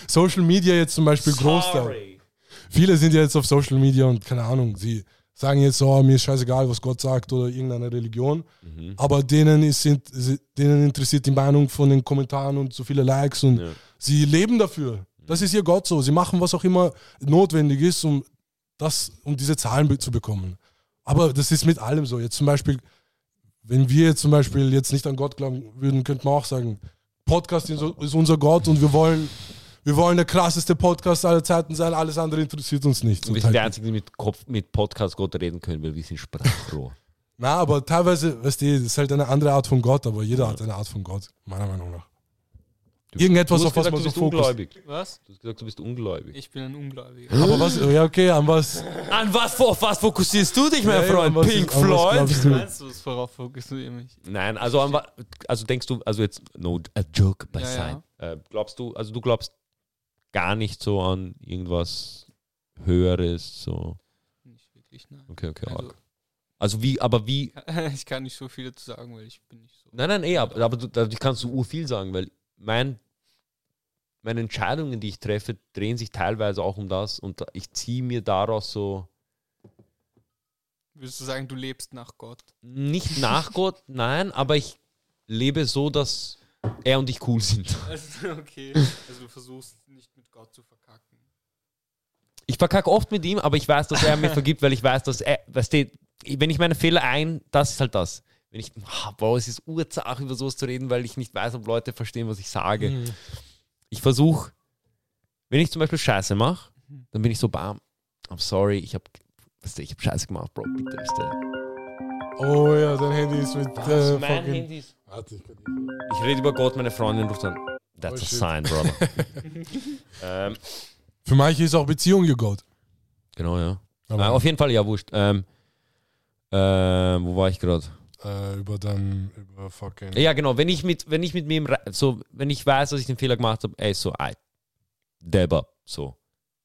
S3: Social Media jetzt zum Beispiel groß da. Viele sind ja jetzt auf Social Media und keine Ahnung, sie sagen jetzt so, oh, mir ist scheißegal, was Gott sagt oder irgendeine Religion.
S4: Mhm.
S3: Aber denen, ist, sind, sie- denen interessiert die Meinung von den Kommentaren und so viele Likes und
S4: Ja.
S3: sie leben dafür. Das ist ihr Gott so. Sie machen, was auch immer notwendig ist, um, das, um diese Zahlen be- zu bekommen. Aber das ist mit allem so. Jetzt zum Beispiel, wenn wir jetzt zum Beispiel jetzt nicht an Gott glauben würden, könnte man auch sagen, Podcast ist ist unser Gott und wir wollen, wir wollen der krasseste Podcast aller Zeiten sein, alles andere interessiert uns nicht. halt
S4: Wir sind die Einzigen, die mit, Kopf, mit Podcast Gott reden können, weil wir sind sprachroh.
S3: Na, aber teilweise, weißt du, das ist halt eine andere Art von Gott, aber jeder hat eine Art von Gott, meiner Meinung nach. Irgendetwas, auf was man so fokussiert.
S4: ungläubig.
S5: Was?
S4: Du hast gesagt, du bist ungläubig.
S5: Ich bin ein Ungläubiger.
S3: Aber was, oh ja, okay, an was?
S4: An was, auf was fokussierst du dich, mein
S3: Ja,
S4: Freund?
S3: an was- an
S4: Pink
S3: was
S4: Floyd?
S3: glaubst du?
S5: Meinst du es, worauf fokussiere ich mich?
S4: Nein, also, an, wa- also denkst du, also jetzt, no, a joke
S5: Ja,
S4: beiseite. Äh, glaubst du, also du glaubst gar nicht so an irgendwas Höheres, so.
S5: Nicht wirklich, nein.
S4: Okay,
S3: Oh
S4: okay,
S5: Also-
S4: arg. Also wie, aber wie,
S5: Ich kann nicht so viel dazu sagen, weil ich bin nicht so.
S4: nein, nein, eh, aber, aber du, da kannst du ur viel sagen, weil mein, meine Entscheidungen, die ich treffe, drehen sich teilweise auch um das und da- ich ziehe mir daraus so
S5: Würdest du sagen, du lebst nach Gott?
S4: nicht nach Gott, nein, aber ich lebe so, dass er und ich cool sind.
S5: Also, okay. Also du versuchst nicht mit Gott zu verkacken.
S4: Ich verkacke oft mit ihm, aber ich weiß, dass er mir vergibt, weil ich weiß, dass er, weißt du, wenn ich meine Fehler ein, das ist halt das. Wenn ich, ah, boah, es ist urzach, über sowas zu reden, weil ich nicht weiß, ob Leute verstehen, was ich sage.
S3: Mhm.
S4: Ich versuche, wenn ich zum Beispiel Scheiße mache, dann bin ich so, bam, I'm sorry, ich habe weißt du, ich hab Scheiße gemacht, Bro, bitte, weißt du.
S3: Oh ja, dein Handy ist mit. Äh, fucking,
S4: ist...
S3: Warte, ich kann nicht.
S4: Ich rede über Gott, meine Freundin ruft an,
S3: Oh,
S4: that's a
S3: shit.
S4: sign, brother. ähm,
S3: Für manche ist auch Beziehung ihr Gott.
S4: genau, ja.
S3: Aber
S4: Ah, auf jeden Fall, ja, wurscht. Ähm, ähm, wo war ich gerade?
S3: äh, über dann über fucking.
S4: Ja, genau. Wenn ich mit, wenn ich mit mir im Re so, wenn ich weiß, dass ich den Fehler gemacht habe, ey, so, ey, Deber, so.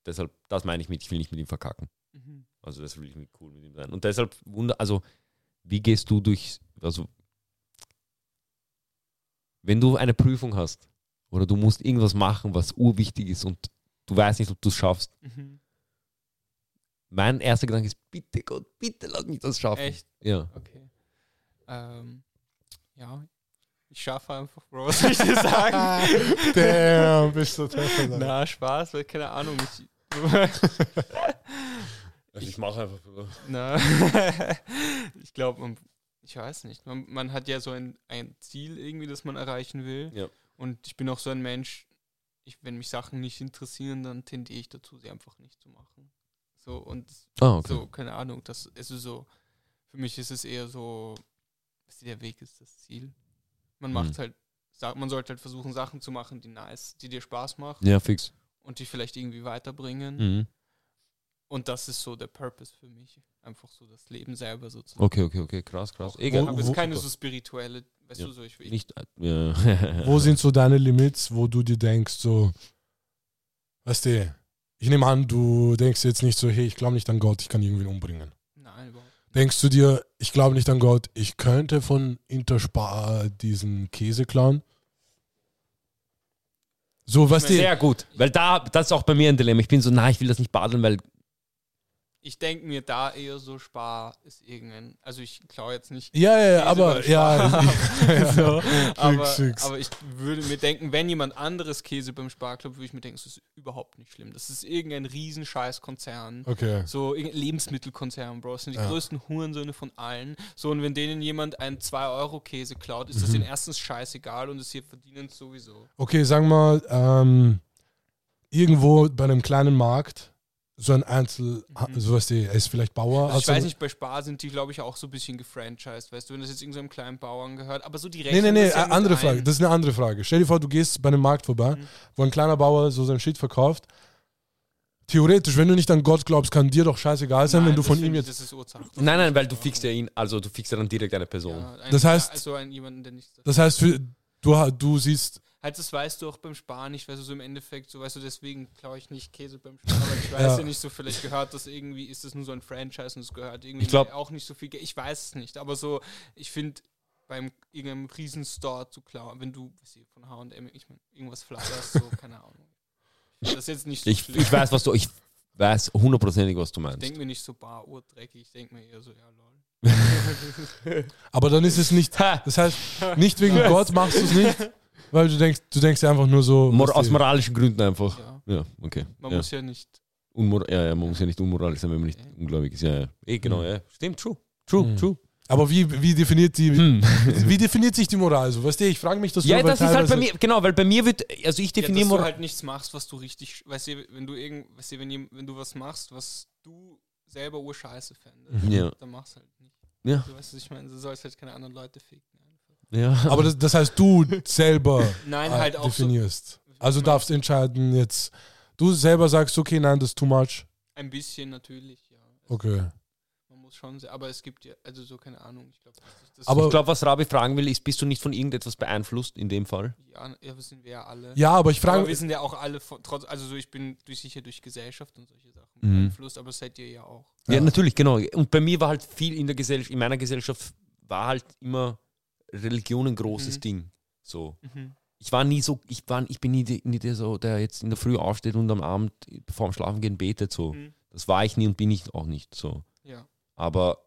S4: Deshalb, das meine ich mit, ich will nicht mit ihm verkacken.
S7: Mhm.
S4: Also deshalb will ich mit cool mit ihm sein. Und deshalb wunder, also, wie gehst du durch, also, wenn du eine Prüfung hast oder du musst irgendwas machen, was urwichtig ist und du weißt nicht, ob du es schaffst,
S7: Mhm.
S4: mein erster Gedanke ist, bitte Gott, bitte lass mich das schaffen.
S7: Echt?
S4: Ja.
S7: Okay. Ähm, ja,
S5: Ich schaffe einfach, Bro, was soll ich dir sagen?
S3: Damn, bist du Treffer. da.
S5: Na, Spaß, weil keine Ahnung. Ich,
S4: Also ich mache einfach.
S5: na, ich glaube, man, ich weiß nicht. Man, man hat ja so ein, ein Ziel irgendwie, das man erreichen will.
S4: Ja.
S5: Und ich bin auch so ein Mensch, ich, wenn mich Sachen nicht interessieren, dann tendiere ich dazu, sie einfach nicht zu machen. So, und
S4: Ah, okay.
S5: so, keine Ahnung. Das es ist so, für mich ist es eher so, weißt du, der Weg ist das Ziel. Man macht
S4: Mhm.
S5: halt, sag, man sollte halt versuchen, Sachen zu machen, die nice, die dir Spaß machen
S4: Ja, fix.
S5: und die vielleicht irgendwie weiterbringen.
S4: Mhm.
S5: Und das ist so der Purpose für mich. Einfach so das Leben selber sozusagen.
S4: Okay, okay, okay, krass, krass.
S5: Ich
S4: Egal.
S3: Wo-
S5: habe jetzt
S3: wo-
S5: keine so spirituelle, weißt
S4: Ja.
S5: du, so ich, ich
S4: Nicht, äh, ja.
S3: Wo sind so deine Limits, wo du dir denkst, so, weißt du, ich nehme an, du denkst jetzt nicht so, hey, ich glaube nicht an Gott, ich kann irgendwen umbringen.
S5: nein, überhaupt
S3: Denkst du dir, ich glaube nicht an Gott, ich könnte von Interspar diesen Käse klauen? So, weißt du,
S4: sehr gut, weil da, das ist auch bei mir ein Dilemma. Ich bin so, na, ich will das nicht badeln, weil
S5: Ich denke mir da eher so, Spar ist irgendein, also ich klaue jetzt nicht
S3: ja, ja, ja,
S5: Käse
S3: aber,
S5: beim
S3: ja,
S5: so, aber,
S3: Fix, fix.
S5: aber ich würde mir denken, wenn jemand anderes Käse beim Spar klopft, würde ich mir denken, das ist überhaupt nicht schlimm. Das ist irgendein riesen Scheißkonzern.
S3: okay.
S5: So irgendein Lebensmittelkonzern, Bro. Das sind die
S3: Ja.
S5: größten Hurensöhne von allen. So, und wenn denen jemand einen 2-Euro-Käse klaut,
S3: Mhm.
S5: ist das denen erstens scheißegal und ist hier verdienen sowieso.
S3: Okay, sagen wir, ähm, irgendwo bei einem kleinen Markt, so ein Einzel, so weißt du, er ist vielleicht Bauer.
S5: Also Mhm. ich
S3: also-
S5: weiß nicht, bei Spar sind die, glaube ich, auch so ein bisschen gefranchised, weißt du, wenn das jetzt irgendeinem kleinen Bauern gehört, aber so direkt.
S3: Nee, nee, nee, äh, andere Frage. Das ist eine andere Frage. Stell dir vor, du gehst bei einem Markt vorbei, wo ein kleiner Bauer so sein Shit verkauft. Theoretisch, wenn du nicht an Gott glaubst, kann dir doch scheißegal sein, wenn du von ihm jetzt.
S5: Das ist Ursache.
S4: Nein, nein, weil du fixst ja ihn, also du fixst ja dann direkt eine Person.
S5: Ja, ein-
S3: Das heißt-
S5: Also ein, jemanden, der nicht.
S3: Das heißt, für, du, ha- du siehst.
S5: Halt, das weißt du auch beim Spar nicht, weißt du, so im Endeffekt, so weißt du, deswegen klaue ich nicht Käse beim Spar, weil ich weiß
S3: Ja.
S5: ja. nicht so, vielleicht gehört das irgendwie, ist das nur so ein Franchise und es gehört irgendwie
S4: Ich glaub-
S5: auch nicht so viel Geld, ich weiß es nicht, aber so, ich finde, beim irgendeinem Riesenstore zu klauen, wenn du, weißt du, von H&M, ich meine, irgendwas flatterst, so, keine Ahnung. Ich find Das ist jetzt nicht so
S4: Ich,
S5: schlimm.
S4: ich weiß, was du, ich weiß hundertprozentig, was du
S5: Ich
S4: meinst.
S5: denke mir nicht so bar urdreckig, ich denke mir eher so, ja, lol.
S3: Aber dann ist es nicht.
S4: Ha,
S3: Das heißt, nicht wegen Gott machst du es nicht, weil du denkst, du denkst dir einfach nur so.
S4: mor
S3: weißt
S4: aus
S3: du,
S4: moralischen Gründen einfach.
S5: Ja,
S4: Ja, okay.
S5: man
S4: Ja.
S5: muss ja nicht.
S4: Unmor ja, ja, man muss ja nicht unmoralisch sein, wenn man nicht ungläubig ist. Ja, ja. Eh,
S5: Mhm.
S4: genau, ja. Stimmt, true. True,
S3: Mhm.
S4: true.
S3: Aber wie, wie definiert die,
S4: Hm.
S3: wie definiert sich die Moral so? Weißt du, ich frage mich das
S4: Ja,
S3: nur, weil
S4: das ist halt bei
S3: teilweise-
S4: mir, genau, weil bei mir wird, also ich
S5: Ja, dass
S4: definiere
S5: du
S4: Moral.
S5: halt nichts machst, was du richtig, weißt du, wenn du irgend, weißt du, wenn, jem- wenn du was machst, was du selber urscheiße fändest,
S3: Mhm.
S4: Ja.
S5: dann machst du halt nicht.
S4: Ja.
S5: Du weißt, was ich meine, du sollst halt keine anderen Leute ficken. ne?
S4: ja.
S3: Aber das, das heißt, du selber
S5: Nein,
S3: äh,
S5: halt auch so
S3: definierst. Also
S5: Ich mein-
S3: darfst entscheiden jetzt. Du selber sagst, okay, nein, das ist too much.
S5: ein bisschen natürlich, ja. Also
S3: Okay.
S5: Man muss schon, se- aber es gibt ja, also so keine Ahnung, ich glaube, das ist das
S3: Aber-
S4: ich glaube, was Rabi fragen will, ist, bist du nicht von irgendetwas beeinflusst in dem Fall?
S5: ja, ne, ja, das sind wir ja alle.
S3: Ja, aber ich
S5: aber
S3: frage
S5: wir sind ja auch alle von, trotz, also so ich bin durch sicher durch Gesellschaft und solche Sachen
S4: Mhm.
S5: beeinflusst, aber seid ihr ja auch.
S4: Ja,
S3: Ja.
S4: natürlich, genau. Und bei mir war halt viel in der Gesellschaft, in meiner Gesellschaft war halt immer Religion ein großes
S5: Mhm.
S4: Ding. So. ich war nie so, ich war, ich bin nie, die- nie der so, der jetzt in der Früh aufsteht und am Abend vorm Schlafengehen betet so.
S5: Mhm.
S4: Das war ich nie und bin ich auch nicht so.
S5: Ja.
S4: Aber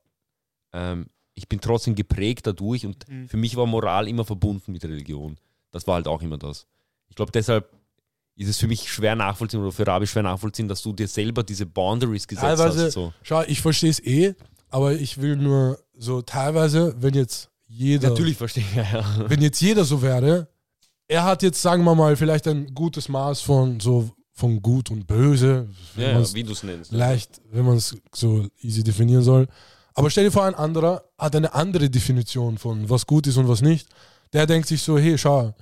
S4: ähm, ich bin trotzdem geprägt dadurch und
S5: Mhm.
S4: für mich war Moral immer verbunden mit Religion. Das war halt auch immer das. Ich glaube, deshalb ist es für mich schwer nachvollziehen oder für Rabi schwer nachvollziehen, dass du dir selber diese Boundaries gesetzt
S3: Teilweise-
S4: hast. So.
S3: Schau, ich verstehe es eh, aber ich will nur so teilweise, wenn jetzt jeder,
S4: Natürlich verstehe ich, ja, ja.
S3: wenn jetzt jeder so wäre, er hat jetzt, sagen wir mal, vielleicht ein gutes Maß von so von gut und böse, wenn
S4: ja,
S3: man's
S4: ja wie du es nennst.
S3: leicht, wenn man es so easy definieren soll. Aber stell dir vor, ein anderer hat eine andere Definition von was gut ist und was nicht. Der denkt sich so, hey, schau,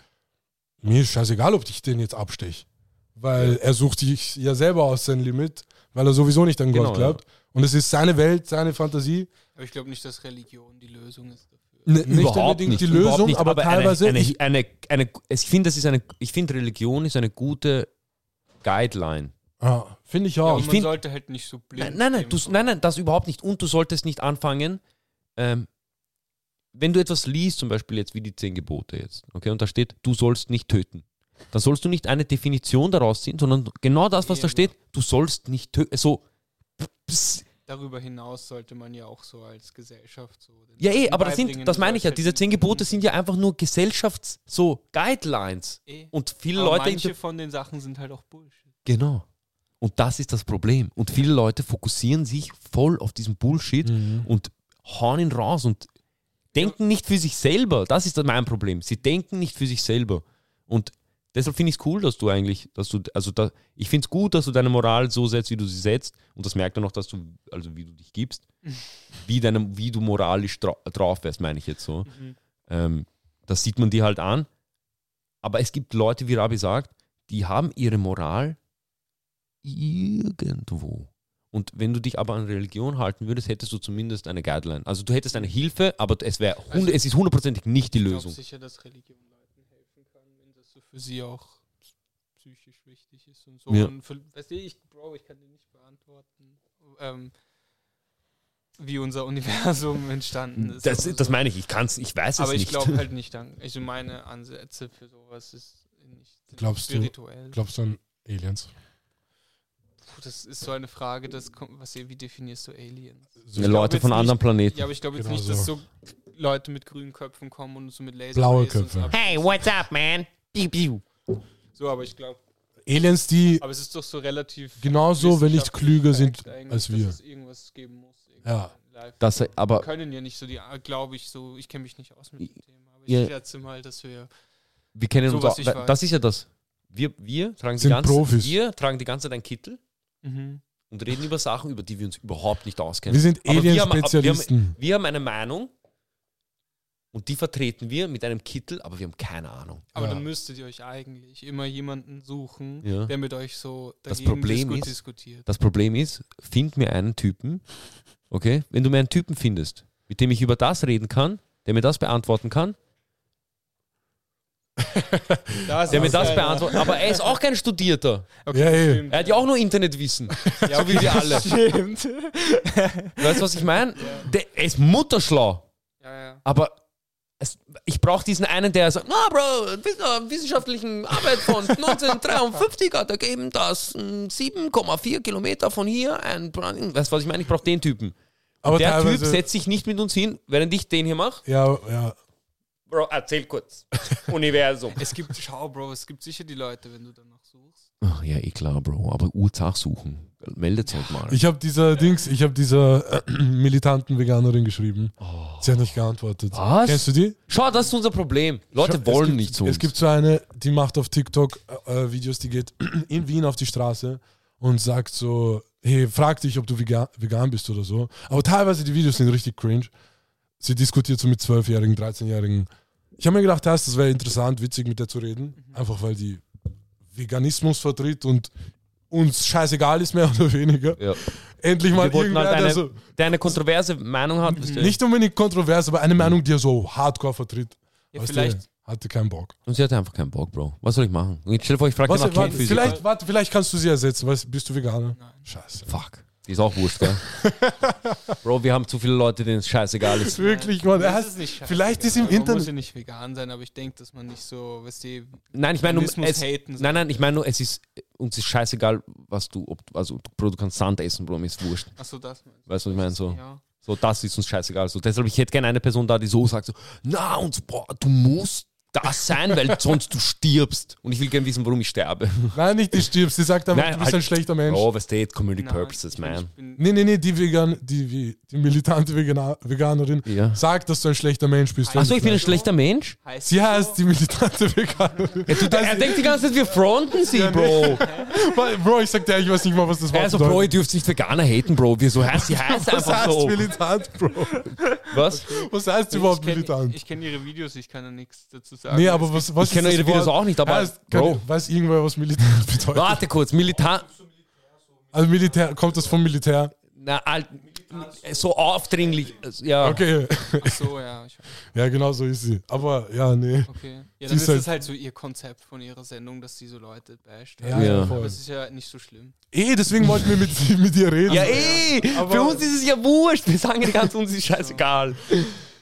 S3: mir ist scheißegal, ob ich den jetzt abstech. Weil er sucht sich ja selber aus sein Limit, weil er sowieso nicht an Gott
S4: Genau,
S3: glaubt. Und es ist seine Welt, seine Fantasie.
S5: Aber ich glaube nicht, dass Religion die Lösung ist dafür.
S3: N nicht
S4: überhaupt
S3: unbedingt
S4: nicht,
S3: die
S4: überhaupt
S3: Lösung,
S4: nicht,
S3: aber, teilweise.
S4: eine,
S3: ich,
S4: eine, eine, eine, ich finde, das ist eine, ich finde, Religion ist eine gute Guideline.
S3: ah, Finde ich
S5: Ja,
S3: auch.
S5: und man
S4: Oh, find-
S5: sollte halt nicht so blind.
S4: Nein, nein, nein,
S5: dem-
S4: du, nein, nein, das überhaupt nicht. Und du solltest nicht anfangen, ähm, wenn du etwas liest, zum Beispiel jetzt wie die zehn Gebote jetzt, okay, und da steht, du sollst nicht töten. Dann sollst du nicht eine Definition daraus ziehen, sondern genau das, was da
S5: Genau.
S4: steht, du sollst nicht töten. So, pss,
S5: Darüber hinaus sollte man ja auch so als Gesellschaft so. den
S4: ja, eh,
S5: Leuten
S4: aber das sind,
S5: beibringen,
S4: das meine ich ja,
S5: dass
S4: diese
S5: halt-
S4: zehn Gebote sind ja einfach nur Gesellschafts-, so Guidelines.
S5: Eh.
S4: Und viele
S5: Aber
S4: Leute.
S5: Manche von den Sachen sind halt auch Bullshit.
S4: Genau. Und das ist das Problem. Und viele Leute fokussieren sich voll auf diesen Bullshit
S3: Mhm.
S4: und hauen ihn raus und denken nicht für sich selber. Das ist dann mein Problem. Sie denken nicht für sich selber. Und deshalb finde ich es cool, dass du eigentlich, dass du, also da, ich finde es gut, dass du deine Moral so setzt, wie du sie setzt. Und das merkt man auch, dass du, also wie du dich gibst, wie, deine, wie du moralisch dra drauf wärst, meine ich jetzt so. Ähm, das sieht man dir halt an. Aber es gibt Leute, wie Rabi sagt, die haben ihre Moral irgendwo. Und wenn du dich aber an Religion halten würdest, hättest du zumindest eine Guideline. Also du hättest eine Hilfe, aber es wäre hund-
S5: Also-
S4: es ist hundertprozentig nicht die
S5: Ich
S4: Lösung.
S5: glaube sicher, dass Religion Leuten helfen kann, wenn das so für sie auch psychisch wichtig ist und so.
S4: Ja.
S5: Und für, weißt du, ich, Bro, ich kann dir nicht beantworten, ähm, wie unser Universum entstanden ist.
S4: Das,
S5: oder
S4: das
S5: so.
S4: meine ich, ich kann's, ich weiß es
S5: Aber ich
S4: nicht.
S5: glaube halt nicht an. Also meine Ansätze für sowas ist nicht sind
S3: Glaubst du-
S5: spirituell.
S3: Glaubst du an Aliens?
S5: Puh, das ist so eine Frage, das kommt, was wie definierst du Aliens?
S3: So
S5: glaub
S4: Leute
S5: jetzt
S4: von
S5: nicht-
S4: anderen Planeten.
S5: Ja, aber ich glaube jetzt
S3: Genau
S5: nicht, dass so Leute mit grünen Köpfen kommen und so mit Laser.
S3: Blaue Köpfe.
S4: Hey, what's up, man? Pew, pew.
S5: So, aber ich glaube,
S3: Aliens, die
S5: aber es ist doch so relativ
S3: genauso, Genau wenn nicht
S5: wissenschaftlich
S3: klüger sind
S5: korrekt eigentlich,
S3: als wir.
S5: Dass es irgendwas geben muss.
S3: Ja.
S5: Live.
S4: Das,
S5: wir
S4: aber
S5: können ja nicht so die, glaube ich, so, ich kenne mich nicht aus mit dem Thema, aber ich
S4: Ja.
S5: schätze mal, dass wir
S4: wir kennen
S5: So,
S4: uns
S5: was
S4: auch,
S5: ich
S4: da-
S5: weiß.
S4: das ist ja das. Wir, wir, tragen die
S3: Sind
S4: ganze,
S3: Profis.
S4: wir tragen die ganze Zeit einen Kittel
S5: mhm.
S4: und reden über Sachen, über die wir uns überhaupt nicht auskennen.
S3: Wir sind
S4: Aber wir haben-
S3: Alien-Spezialisten.
S4: Wir haben eine Meinung und die vertreten wir mit einem Kittel, aber wir haben keine Ahnung.
S5: Aber
S3: Ja.
S5: dann müsstet ihr euch eigentlich immer jemanden suchen,
S4: Ja.
S5: der mit euch so
S4: Das
S5: dagegen
S4: Problem
S5: disku-
S4: ist-
S5: diskutiert.
S4: Das Problem ist, find mir einen Typen, okay? Wenn du mir einen Typen findest, mit dem ich über das reden kann, der mir das beantworten kann,
S5: Das
S4: der mir
S5: ist
S4: das
S5: einer.
S4: beantwortet, aber er ist auch kein Studierter.
S3: Ja, ey.
S5: stimmt.
S4: Er hat ja auch nur Internetwissen,
S5: Ja,
S4: so wie wir alle.
S5: Stimmt.
S4: Weißt du, was ich meine? Der- Er ist mutterschlau.
S5: Ja, ja.
S4: Aber es, ich brauche diesen einen, der sagt, na Bro, wiss- äh, wissenschaftlichen Arbeit von 1953 hat ergeben, dass mh, 7,4 Kilometer von hier ein Brand... hm, Weißt du, was ich meine? Ich brauche den Typen.
S3: Aber
S4: der Typ
S3: teilweise-
S4: setzt sich nicht mit uns hin, während ich den hier mache.
S3: Ja, ja.
S4: Bro, erzähl kurz. Universum.
S5: Es gibt, schau, Bro, es gibt sicher die Leute, wenn du danach suchst.
S4: Ach ja, eh klar, Bro. Aber Urzach suchen. Meldet euch mal.
S3: Ich habe dieser Dings, ich habe dieser äh, militanten Veganerin geschrieben. Sie hat nicht geantwortet.
S4: Was?
S3: Kennst du die?
S4: Schau, das ist unser Problem. Leute
S3: Schau, es
S4: wollen
S3: gibt,
S4: nicht zu uns.
S3: Es gibt so eine, die macht auf TikTok äh, äh, Videos, die geht in Wien auf die Straße und sagt so, hey, frag dich, ob du vegan, vegan bist oder so. Aber teilweise die Videos sind richtig cringe. Sie diskutiert so mit 12-Jährigen, 13-Jährigen. Ich habe mir gedacht, das das wäre interessant, witzig mit der zu reden.
S4: Mhm.
S3: Einfach weil die Veganismus vertritt und uns scheißegal ist, mehr oder weniger.
S4: Ja.
S3: Endlich mal
S4: Wir wollten
S3: irgendwer,
S4: halt
S3: der
S4: eine,
S3: so,
S4: der eine kontroverse Meinung hat. wisst ihr.
S3: nicht unbedingt kontrovers, aber eine Meinung, die er so hardcore vertritt.
S5: Ja,
S3: Weißt du,
S5: vielleicht,
S3: hatte keinen Bock.
S4: Und sie hatte einfach keinen Bock, Bro. Was soll ich machen? Und Jetzt stell dir vor, ich frage
S3: Was,
S4: nach
S3: warte,
S4: Kernphysik.
S3: vielleicht, warte, vielleicht kannst du sie ersetzen. Was, bist du Veganer?
S5: Nein.
S3: Scheiße.
S4: Fuck. Die ist auch Wurst, gell? Bro, wir haben zu viele Leute, denen es scheißegal ist.
S3: Wirklich, Mann. Er
S5: Das
S3: hat-
S5: ist nicht
S3: vielleicht ist im
S5: scheißegal. Man muss
S3: Internet.
S5: ja nicht vegan sein, aber ich denke, dass man nicht so, weißt du,
S4: Nein, ich meine, nur-
S5: Feminismus
S4: es,
S5: haten soll.
S4: nein, nein, ich meine nur, es ist, uns ist scheißegal, was du, ob, also, Bro, du kannst Sand essen, Bro, mir ist wurscht.
S5: achso, das meinst
S4: Weißt du, was ich meine? So,
S5: du, ja.
S4: so, das ist uns scheißegal. So, deshalb, ich hätte gerne eine Person da, die so sagt, so, na, und, boah, du musst das sein, weil sonst du stirbst. Und ich will gerne wissen, warum ich sterbe.
S3: Nein, nicht die stirbst. Die sagt einfach,
S4: Nein,
S3: du bist ein
S4: halt-
S3: schlechter Mensch.
S4: Bro, was steht Community
S5: Nein,
S4: Purposes,
S5: ich mein,
S4: man.
S5: Ich bin,
S3: Nee, nee, nee, die, Vegan, die, wie- die militante Vegana- Veganerin
S4: Ja.
S3: sagt, dass du ein schlechter Mensch bist.
S4: Achso, ich bin ein schlechter Mensch?
S5: heißt
S3: Sie
S5: das
S3: heißt die militante Veganerin.
S5: Also
S4: Er denkt die ganze Zeit, wir fronten sie, Bro.
S3: Weil, Bro, ich sag dir, ich weiß nicht mal, was das Wort
S4: Also, Bro, ihr dürft nicht Veganer haten, Bro. Wir so heißt, sie heißt
S3: was
S4: einfach
S3: heißt
S4: so.
S3: militant, Bro?
S4: Was?
S3: Was heißt
S5: Ich
S3: überhaupt
S5: kenn-
S3: militant?
S5: Ich kenne ihre Videos, ich kann da nichts dazu sagen.
S3: nee, aber was, was
S4: Ich kenne
S3: das
S4: ihre Videos
S3: Wort?
S4: auch nicht, aber,
S3: Heißt, kann,
S4: Bro.
S3: Weiß irgendwer, was militant bedeutet?
S4: Warte kurz, Militar.
S3: Also Militär, kommt das vom Militär?
S4: Na, alt, so aufdringlich. Ja.
S3: Okay,
S5: Ach so, ja. Ich,
S3: ja, genau so ist sie. Aber ja, nee.
S5: okay.
S3: Sie
S5: Ja, dann
S3: ist
S5: ist
S3: halt-
S5: es halt so ihr Konzept von ihrer Sendung, dass sie so Leute basht.
S3: Ja,
S4: Ja.
S3: voll.
S5: Aber es ist ja nicht so schlimm.
S3: Eh, deswegen wollten wir mit, sie- mit ihr reden.
S4: Ja, eh, für uns ist es ja wurscht. Wir sagen die ganze uns ist scheißegal. weißt du,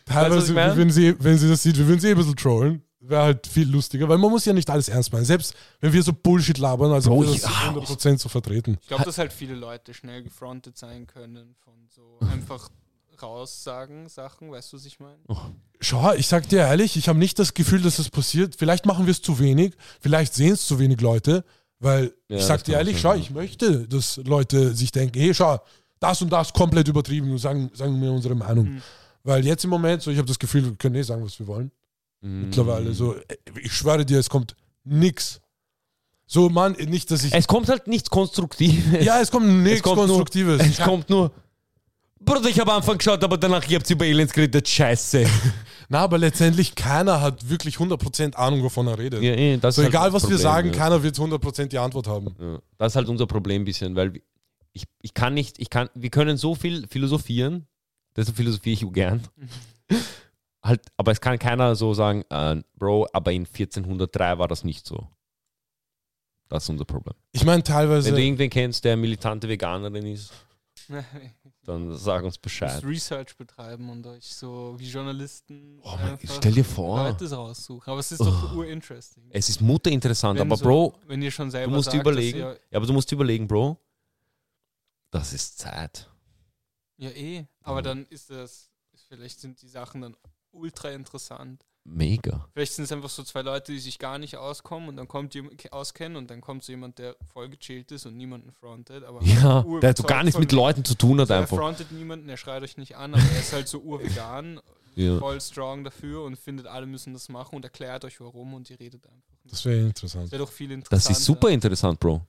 S4: was
S3: Teilweise,
S4: ich meine?
S3: wenn, sie, wenn sie das sieht, wir würden sie eh ein bisschen trollen. Wäre halt viel lustiger, weil man muss ja nicht alles ernst meinen. Selbst wenn wir so Bullshit labern, also
S4: Bro,
S3: wir
S4: ich-
S3: das 100% zu vertreten.
S5: Ich glaube, dass halt viele Leute schnell gefrontet sein können von so einfach raussagen Sachen, weißt du, was ich meine?
S3: Schau, ich sag dir ehrlich, ich habe nicht das Gefühl, dass das passiert. Vielleicht machen wir es zu wenig, vielleicht sehen es zu wenig Leute, weil
S4: Ja,
S3: ich sag
S4: das
S3: dir
S4: kann
S3: ehrlich,
S4: sein,
S3: schau,
S4: ja.
S3: ich möchte, dass Leute sich denken, hey, schau, das und das komplett übertrieben und sagen, sagen mir unsere Meinung. Weil jetzt im Moment, so ich habe das Gefühl, wir können eh sagen, was wir wollen.
S4: Mhm.
S3: Mittlerweile so, ich schwöre dir, es kommt nix. So, Mann, nicht, dass ich.
S4: Es kommt halt nichts Konstruktives.
S3: ja, es kommt nichts
S4: kommt nur-
S3: Konstruktives.
S4: Es kommt nur. Bruder, ich habe am Anfang geschaut, aber danach, ihr habt über Aliens geredet. Scheiße.
S3: Na, aber letztendlich keiner hat wirklich 100% Ahnung, wovon er redet.
S4: Ja, eh, das
S3: so,
S4: ist halt
S3: egal,
S4: das
S3: was wir
S4: Problem,
S3: sagen,
S4: ja.
S3: keiner wird 100% die Antwort haben.
S4: Ja, das ist halt unser Problem ein bisschen, weil wir- ich, ich kann nicht, ich kann, wir können so viel philosophieren, deshalb philosophiere ich gern. halt, aber es kann keiner so sagen, äh, Bro, aber in 1403 war das nicht so. Das ist unser Problem.
S3: Ich meine, teilweise.
S5: Also
S4: Wenn du irgendwen kennst, der militante Veganerin ist, dann sag uns Bescheid.
S5: Das Research betreiben und euch so wie Journalisten
S4: Oh mein,
S5: einfach
S4: stell dir vor,
S5: Leute raussuchen. Aber es ist doch urinteresting.
S4: es ist mutterinteressant,
S5: Wenn
S4: aber
S5: so-
S4: Bro,
S5: wenn ihr schon selber
S4: musst
S5: sagt,
S4: überlegen.
S5: Dass
S4: ja, aber du musst überlegen, Bro, das ist Zeit.
S5: ihr, ja, eh. Aber dann ist das, vielleicht sind die Sachen dann ultra interessant.
S4: Mega.
S5: Vielleicht sind es einfach so zwei Leute, die sich gar nicht auskommen und dann kommt jemand auskennen und dann kommt so jemand, der voll gechillt ist und niemanden frontet. Aber
S4: Ja,
S5: ur-
S4: der hat so gar nichts mit Leuten zu tun hat
S5: so, er
S4: einfach.
S5: frontet niemanden, er schreit euch nicht an, aber er ist halt so urvegan,
S4: Ja.
S5: voll strong dafür und findet, alle müssen das machen und erklärt euch warum und ihr redet einfach.
S3: Das wäre interessant.
S5: Das wäre doch viel interessanter.
S4: Das ist super interessant, Bro.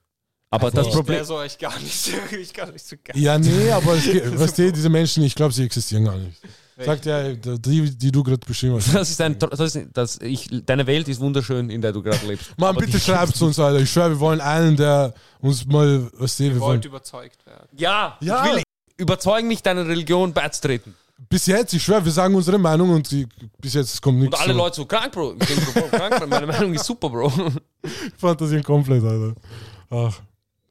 S4: Aber das
S3: Voll.
S4: Problem.
S5: Wäre so euch gar nicht so, ich gar nicht so geil.
S3: Ja, nee, aber es geht, weißt du, diese Menschen, ich glaube, sie existieren gar nicht. Sagt ja, die, die du gerade beschrieben hast.
S4: Das ist ein, das ist, das ich, deine Welt ist wunderschön, in der du gerade lebst.
S3: Mann,
S4: Aber
S3: bitte
S4: die-
S3: schreibt's uns, Alter. Ich schwöre, wir wollen einen, der uns mal, weißt du, wir
S5: Ihr wollt
S3: wollen.
S5: überzeugt werden.
S4: Ja,
S3: Ja.
S4: ich will überzeugen mich, deiner Religion beizutreten.
S3: Bis jetzt, ich schwöre, wir sagen unsere Meinung und die, bis jetzt es kommt
S4: Und
S3: nichts.
S4: alle Leute so krank, Bro. Ich bin so krank, Bro. meine Meinung ist super, Bro.
S3: fantasieren komplett, Alter. Ach,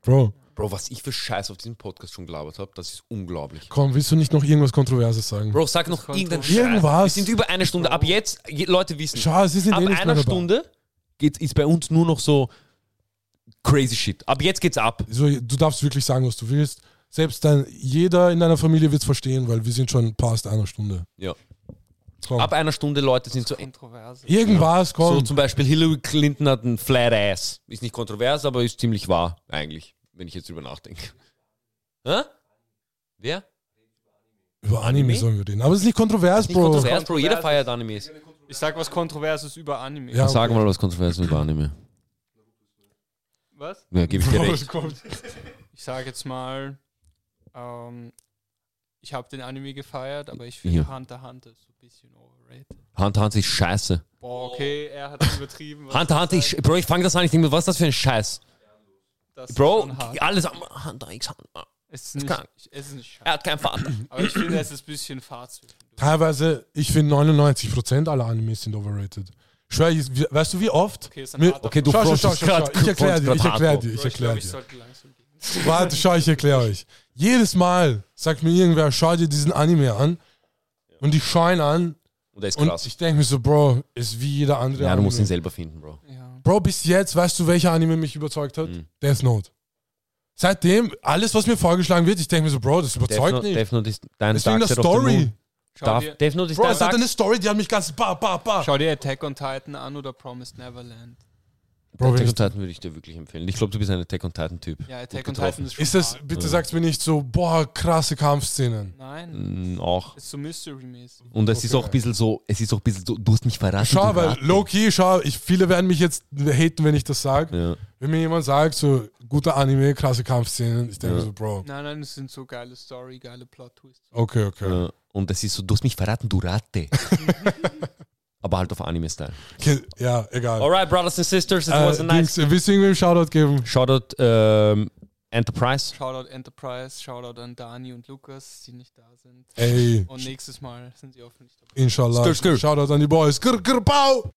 S3: Bro,
S4: Bro, was ich für Scheiß auf diesem Podcast schon gelabert habe, das ist unglaublich.
S3: komm, willst du nicht noch irgendwas Kontroverses sagen?
S4: Bro, sag noch irgendeinen Scheiß.
S3: Irgendwas.
S4: Wir sind über eine Stunde. Ab jetzt, je- Leute wissen,
S3: Schau, sie sind eh
S4: ab
S3: nicht mehr
S4: einer
S3: dabei.
S4: Stunde geht, ist bei uns nur noch so crazy shit. Ab jetzt geht's ab.
S3: So, du darfst wirklich sagen, was du willst. Selbst dein, jeder in deiner Familie wird's verstehen, weil wir sind schon past einer Stunde.
S4: Ja.
S3: Komm.
S4: Ab einer Stunde, Leute sind so
S5: Kontroverse.
S3: Irgendwas,
S4: So
S3: komm.
S4: zum Beispiel Hillary Clinton hat einen Flat Ass. Ist nicht kontrovers, aber ist ziemlich wahr, eigentlich, wenn ich jetzt drüber nachdenke. Hä? Wer?
S3: Über Anime
S4: Anime?
S3: sollen wir reden. Aber es ist nicht kontrovers,
S4: Nicht
S3: Bro.
S4: kontrovers, Bro. Jeder feiert Animes.
S5: Ich sag was Kontroverses über Anime.
S3: Ja,
S4: Sag mal was Kontroverses über Anime.
S5: Was?
S4: Ja, gebe ich dir
S3: Bro,
S4: recht.
S3: kommt.
S5: Ich sag jetzt mal, ähm, ich habe den Anime gefeiert, aber ich
S4: Ja.
S5: finde Hunter x Hunter so ein bisschen overrated.
S4: Hunter x Hunter ist scheiße.
S5: Boah, okay, er hat übertrieben. was
S4: Hunter x
S5: er
S4: Hunter, ich,
S5: sagt.
S4: Bro, ich fange das an. Ich denke mir, was ist das für ein Scheiß?
S5: Das ist
S4: Bro,
S5: schon hart.
S4: alles am Hunter x Hunter.
S5: Es ist
S4: kann-
S5: nicht, ich- es ist nicht scheiße.
S4: Er hat keinen Vater.
S5: Aber ich finde, es ist ein bisschen fahrzwick.
S3: Teilweise, ich finde 99% aller Animes sind overrated. Schwör, ich, we- weißt du, wie oft?
S5: Okay, ist ein
S3: Mir-
S5: harter
S4: Okay, du
S3: Schau, schau,
S4: frontest
S3: schau, schau, schau.
S4: grad-
S3: Ich erkläre dir,
S4: frontest
S3: ich
S4: grad
S3: erkläre
S4: hardcore.
S3: dir, ich
S5: Bro, glaub,
S3: erkläre
S5: ich
S3: dir.
S5: sollte langsam gehen.
S3: Warte, schau, ich erkläre euch. Jedes Mal sagt mir irgendwer, schau dir diesen Anime an. Und ich schaue ihn an
S4: Und der ist
S3: und
S4: krass.
S3: ich denke mir so, Bro, ist wie jeder andere
S4: ja, du
S3: Anime.
S4: musst ihn selber finden, Bro.
S5: Ja.
S3: Bro, bis jetzt, weißt du, welcher Anime mich überzeugt hat?
S4: Mhm.
S3: Death Note. Seitdem, alles, was mir vorgeschlagen wird, ich denke mir so, Bro, das
S4: Death
S3: überzeugt
S4: Note,
S3: nicht.
S4: Death Note ist dein
S3: Deswegen
S4: Dark
S3: eine
S4: Side of the
S3: Story.
S4: Moon.
S5: Schau,
S4: Darf,
S5: dir,
S4: Death Note ist
S3: Bro, also es hat
S4: dein Dark
S3: eine Story, die hat mich ganz ba, ba, ba.
S5: schau dir Attack on Titan an oder Promised Neverland.
S3: Bro, wenn
S4: Attack on
S3: ich,
S4: Titan würde ich dir wirklich empfehlen. Ich glaube, du bist ein Attack on Titan Typ.
S5: Ja,
S4: Gut
S5: Attack on
S4: getroffen.
S5: Titan ist schon
S3: ist das,
S5: hart.
S3: bitte
S4: Ja.
S3: sagst mir nicht so, boah, krasse Kampfszenen.
S5: Nein,
S4: Mm, auch.
S5: ist so Mystery-mäßig.
S4: Und es ist
S3: Okay.
S4: auch ein bisschen so, es ist auch ein bisschen so, du hast mich verraten.
S3: Schau,
S4: du
S3: weil
S4: Rat.
S3: Loki, schau, ich, viele werden mich jetzt haten, wenn ich das sage.
S4: Ja.
S3: Wenn mir jemand sagt, so guter Anime, krasse Kampfszenen, ich denke
S4: Ja.
S3: so, Bro,
S5: Nein, nein, es sind so geile Story, geile Plot-Twists.
S3: okay, okay.
S4: Ja. Und es ist so, du hast mich verraten, du Ratte. Aber halt auf Anime-Style.
S3: okay ja, egal.
S4: Alright, Brothers and Sisters, it was a
S3: Äh,
S4: nice. Oh,
S3: Dings, willst du irgendwem Shoutout geben?
S4: Shoutout ähm, Enterprise.
S5: Shoutout Enterprise, Shoutout an Dani und Lukas, die nicht da sind.
S3: Ey,
S5: Und nächstes Mal sind sie hoffentlich dabei.
S3: inshallah.
S4: Skrr, skrr.
S3: Shoutout an die Boys. Grr, grr, pow.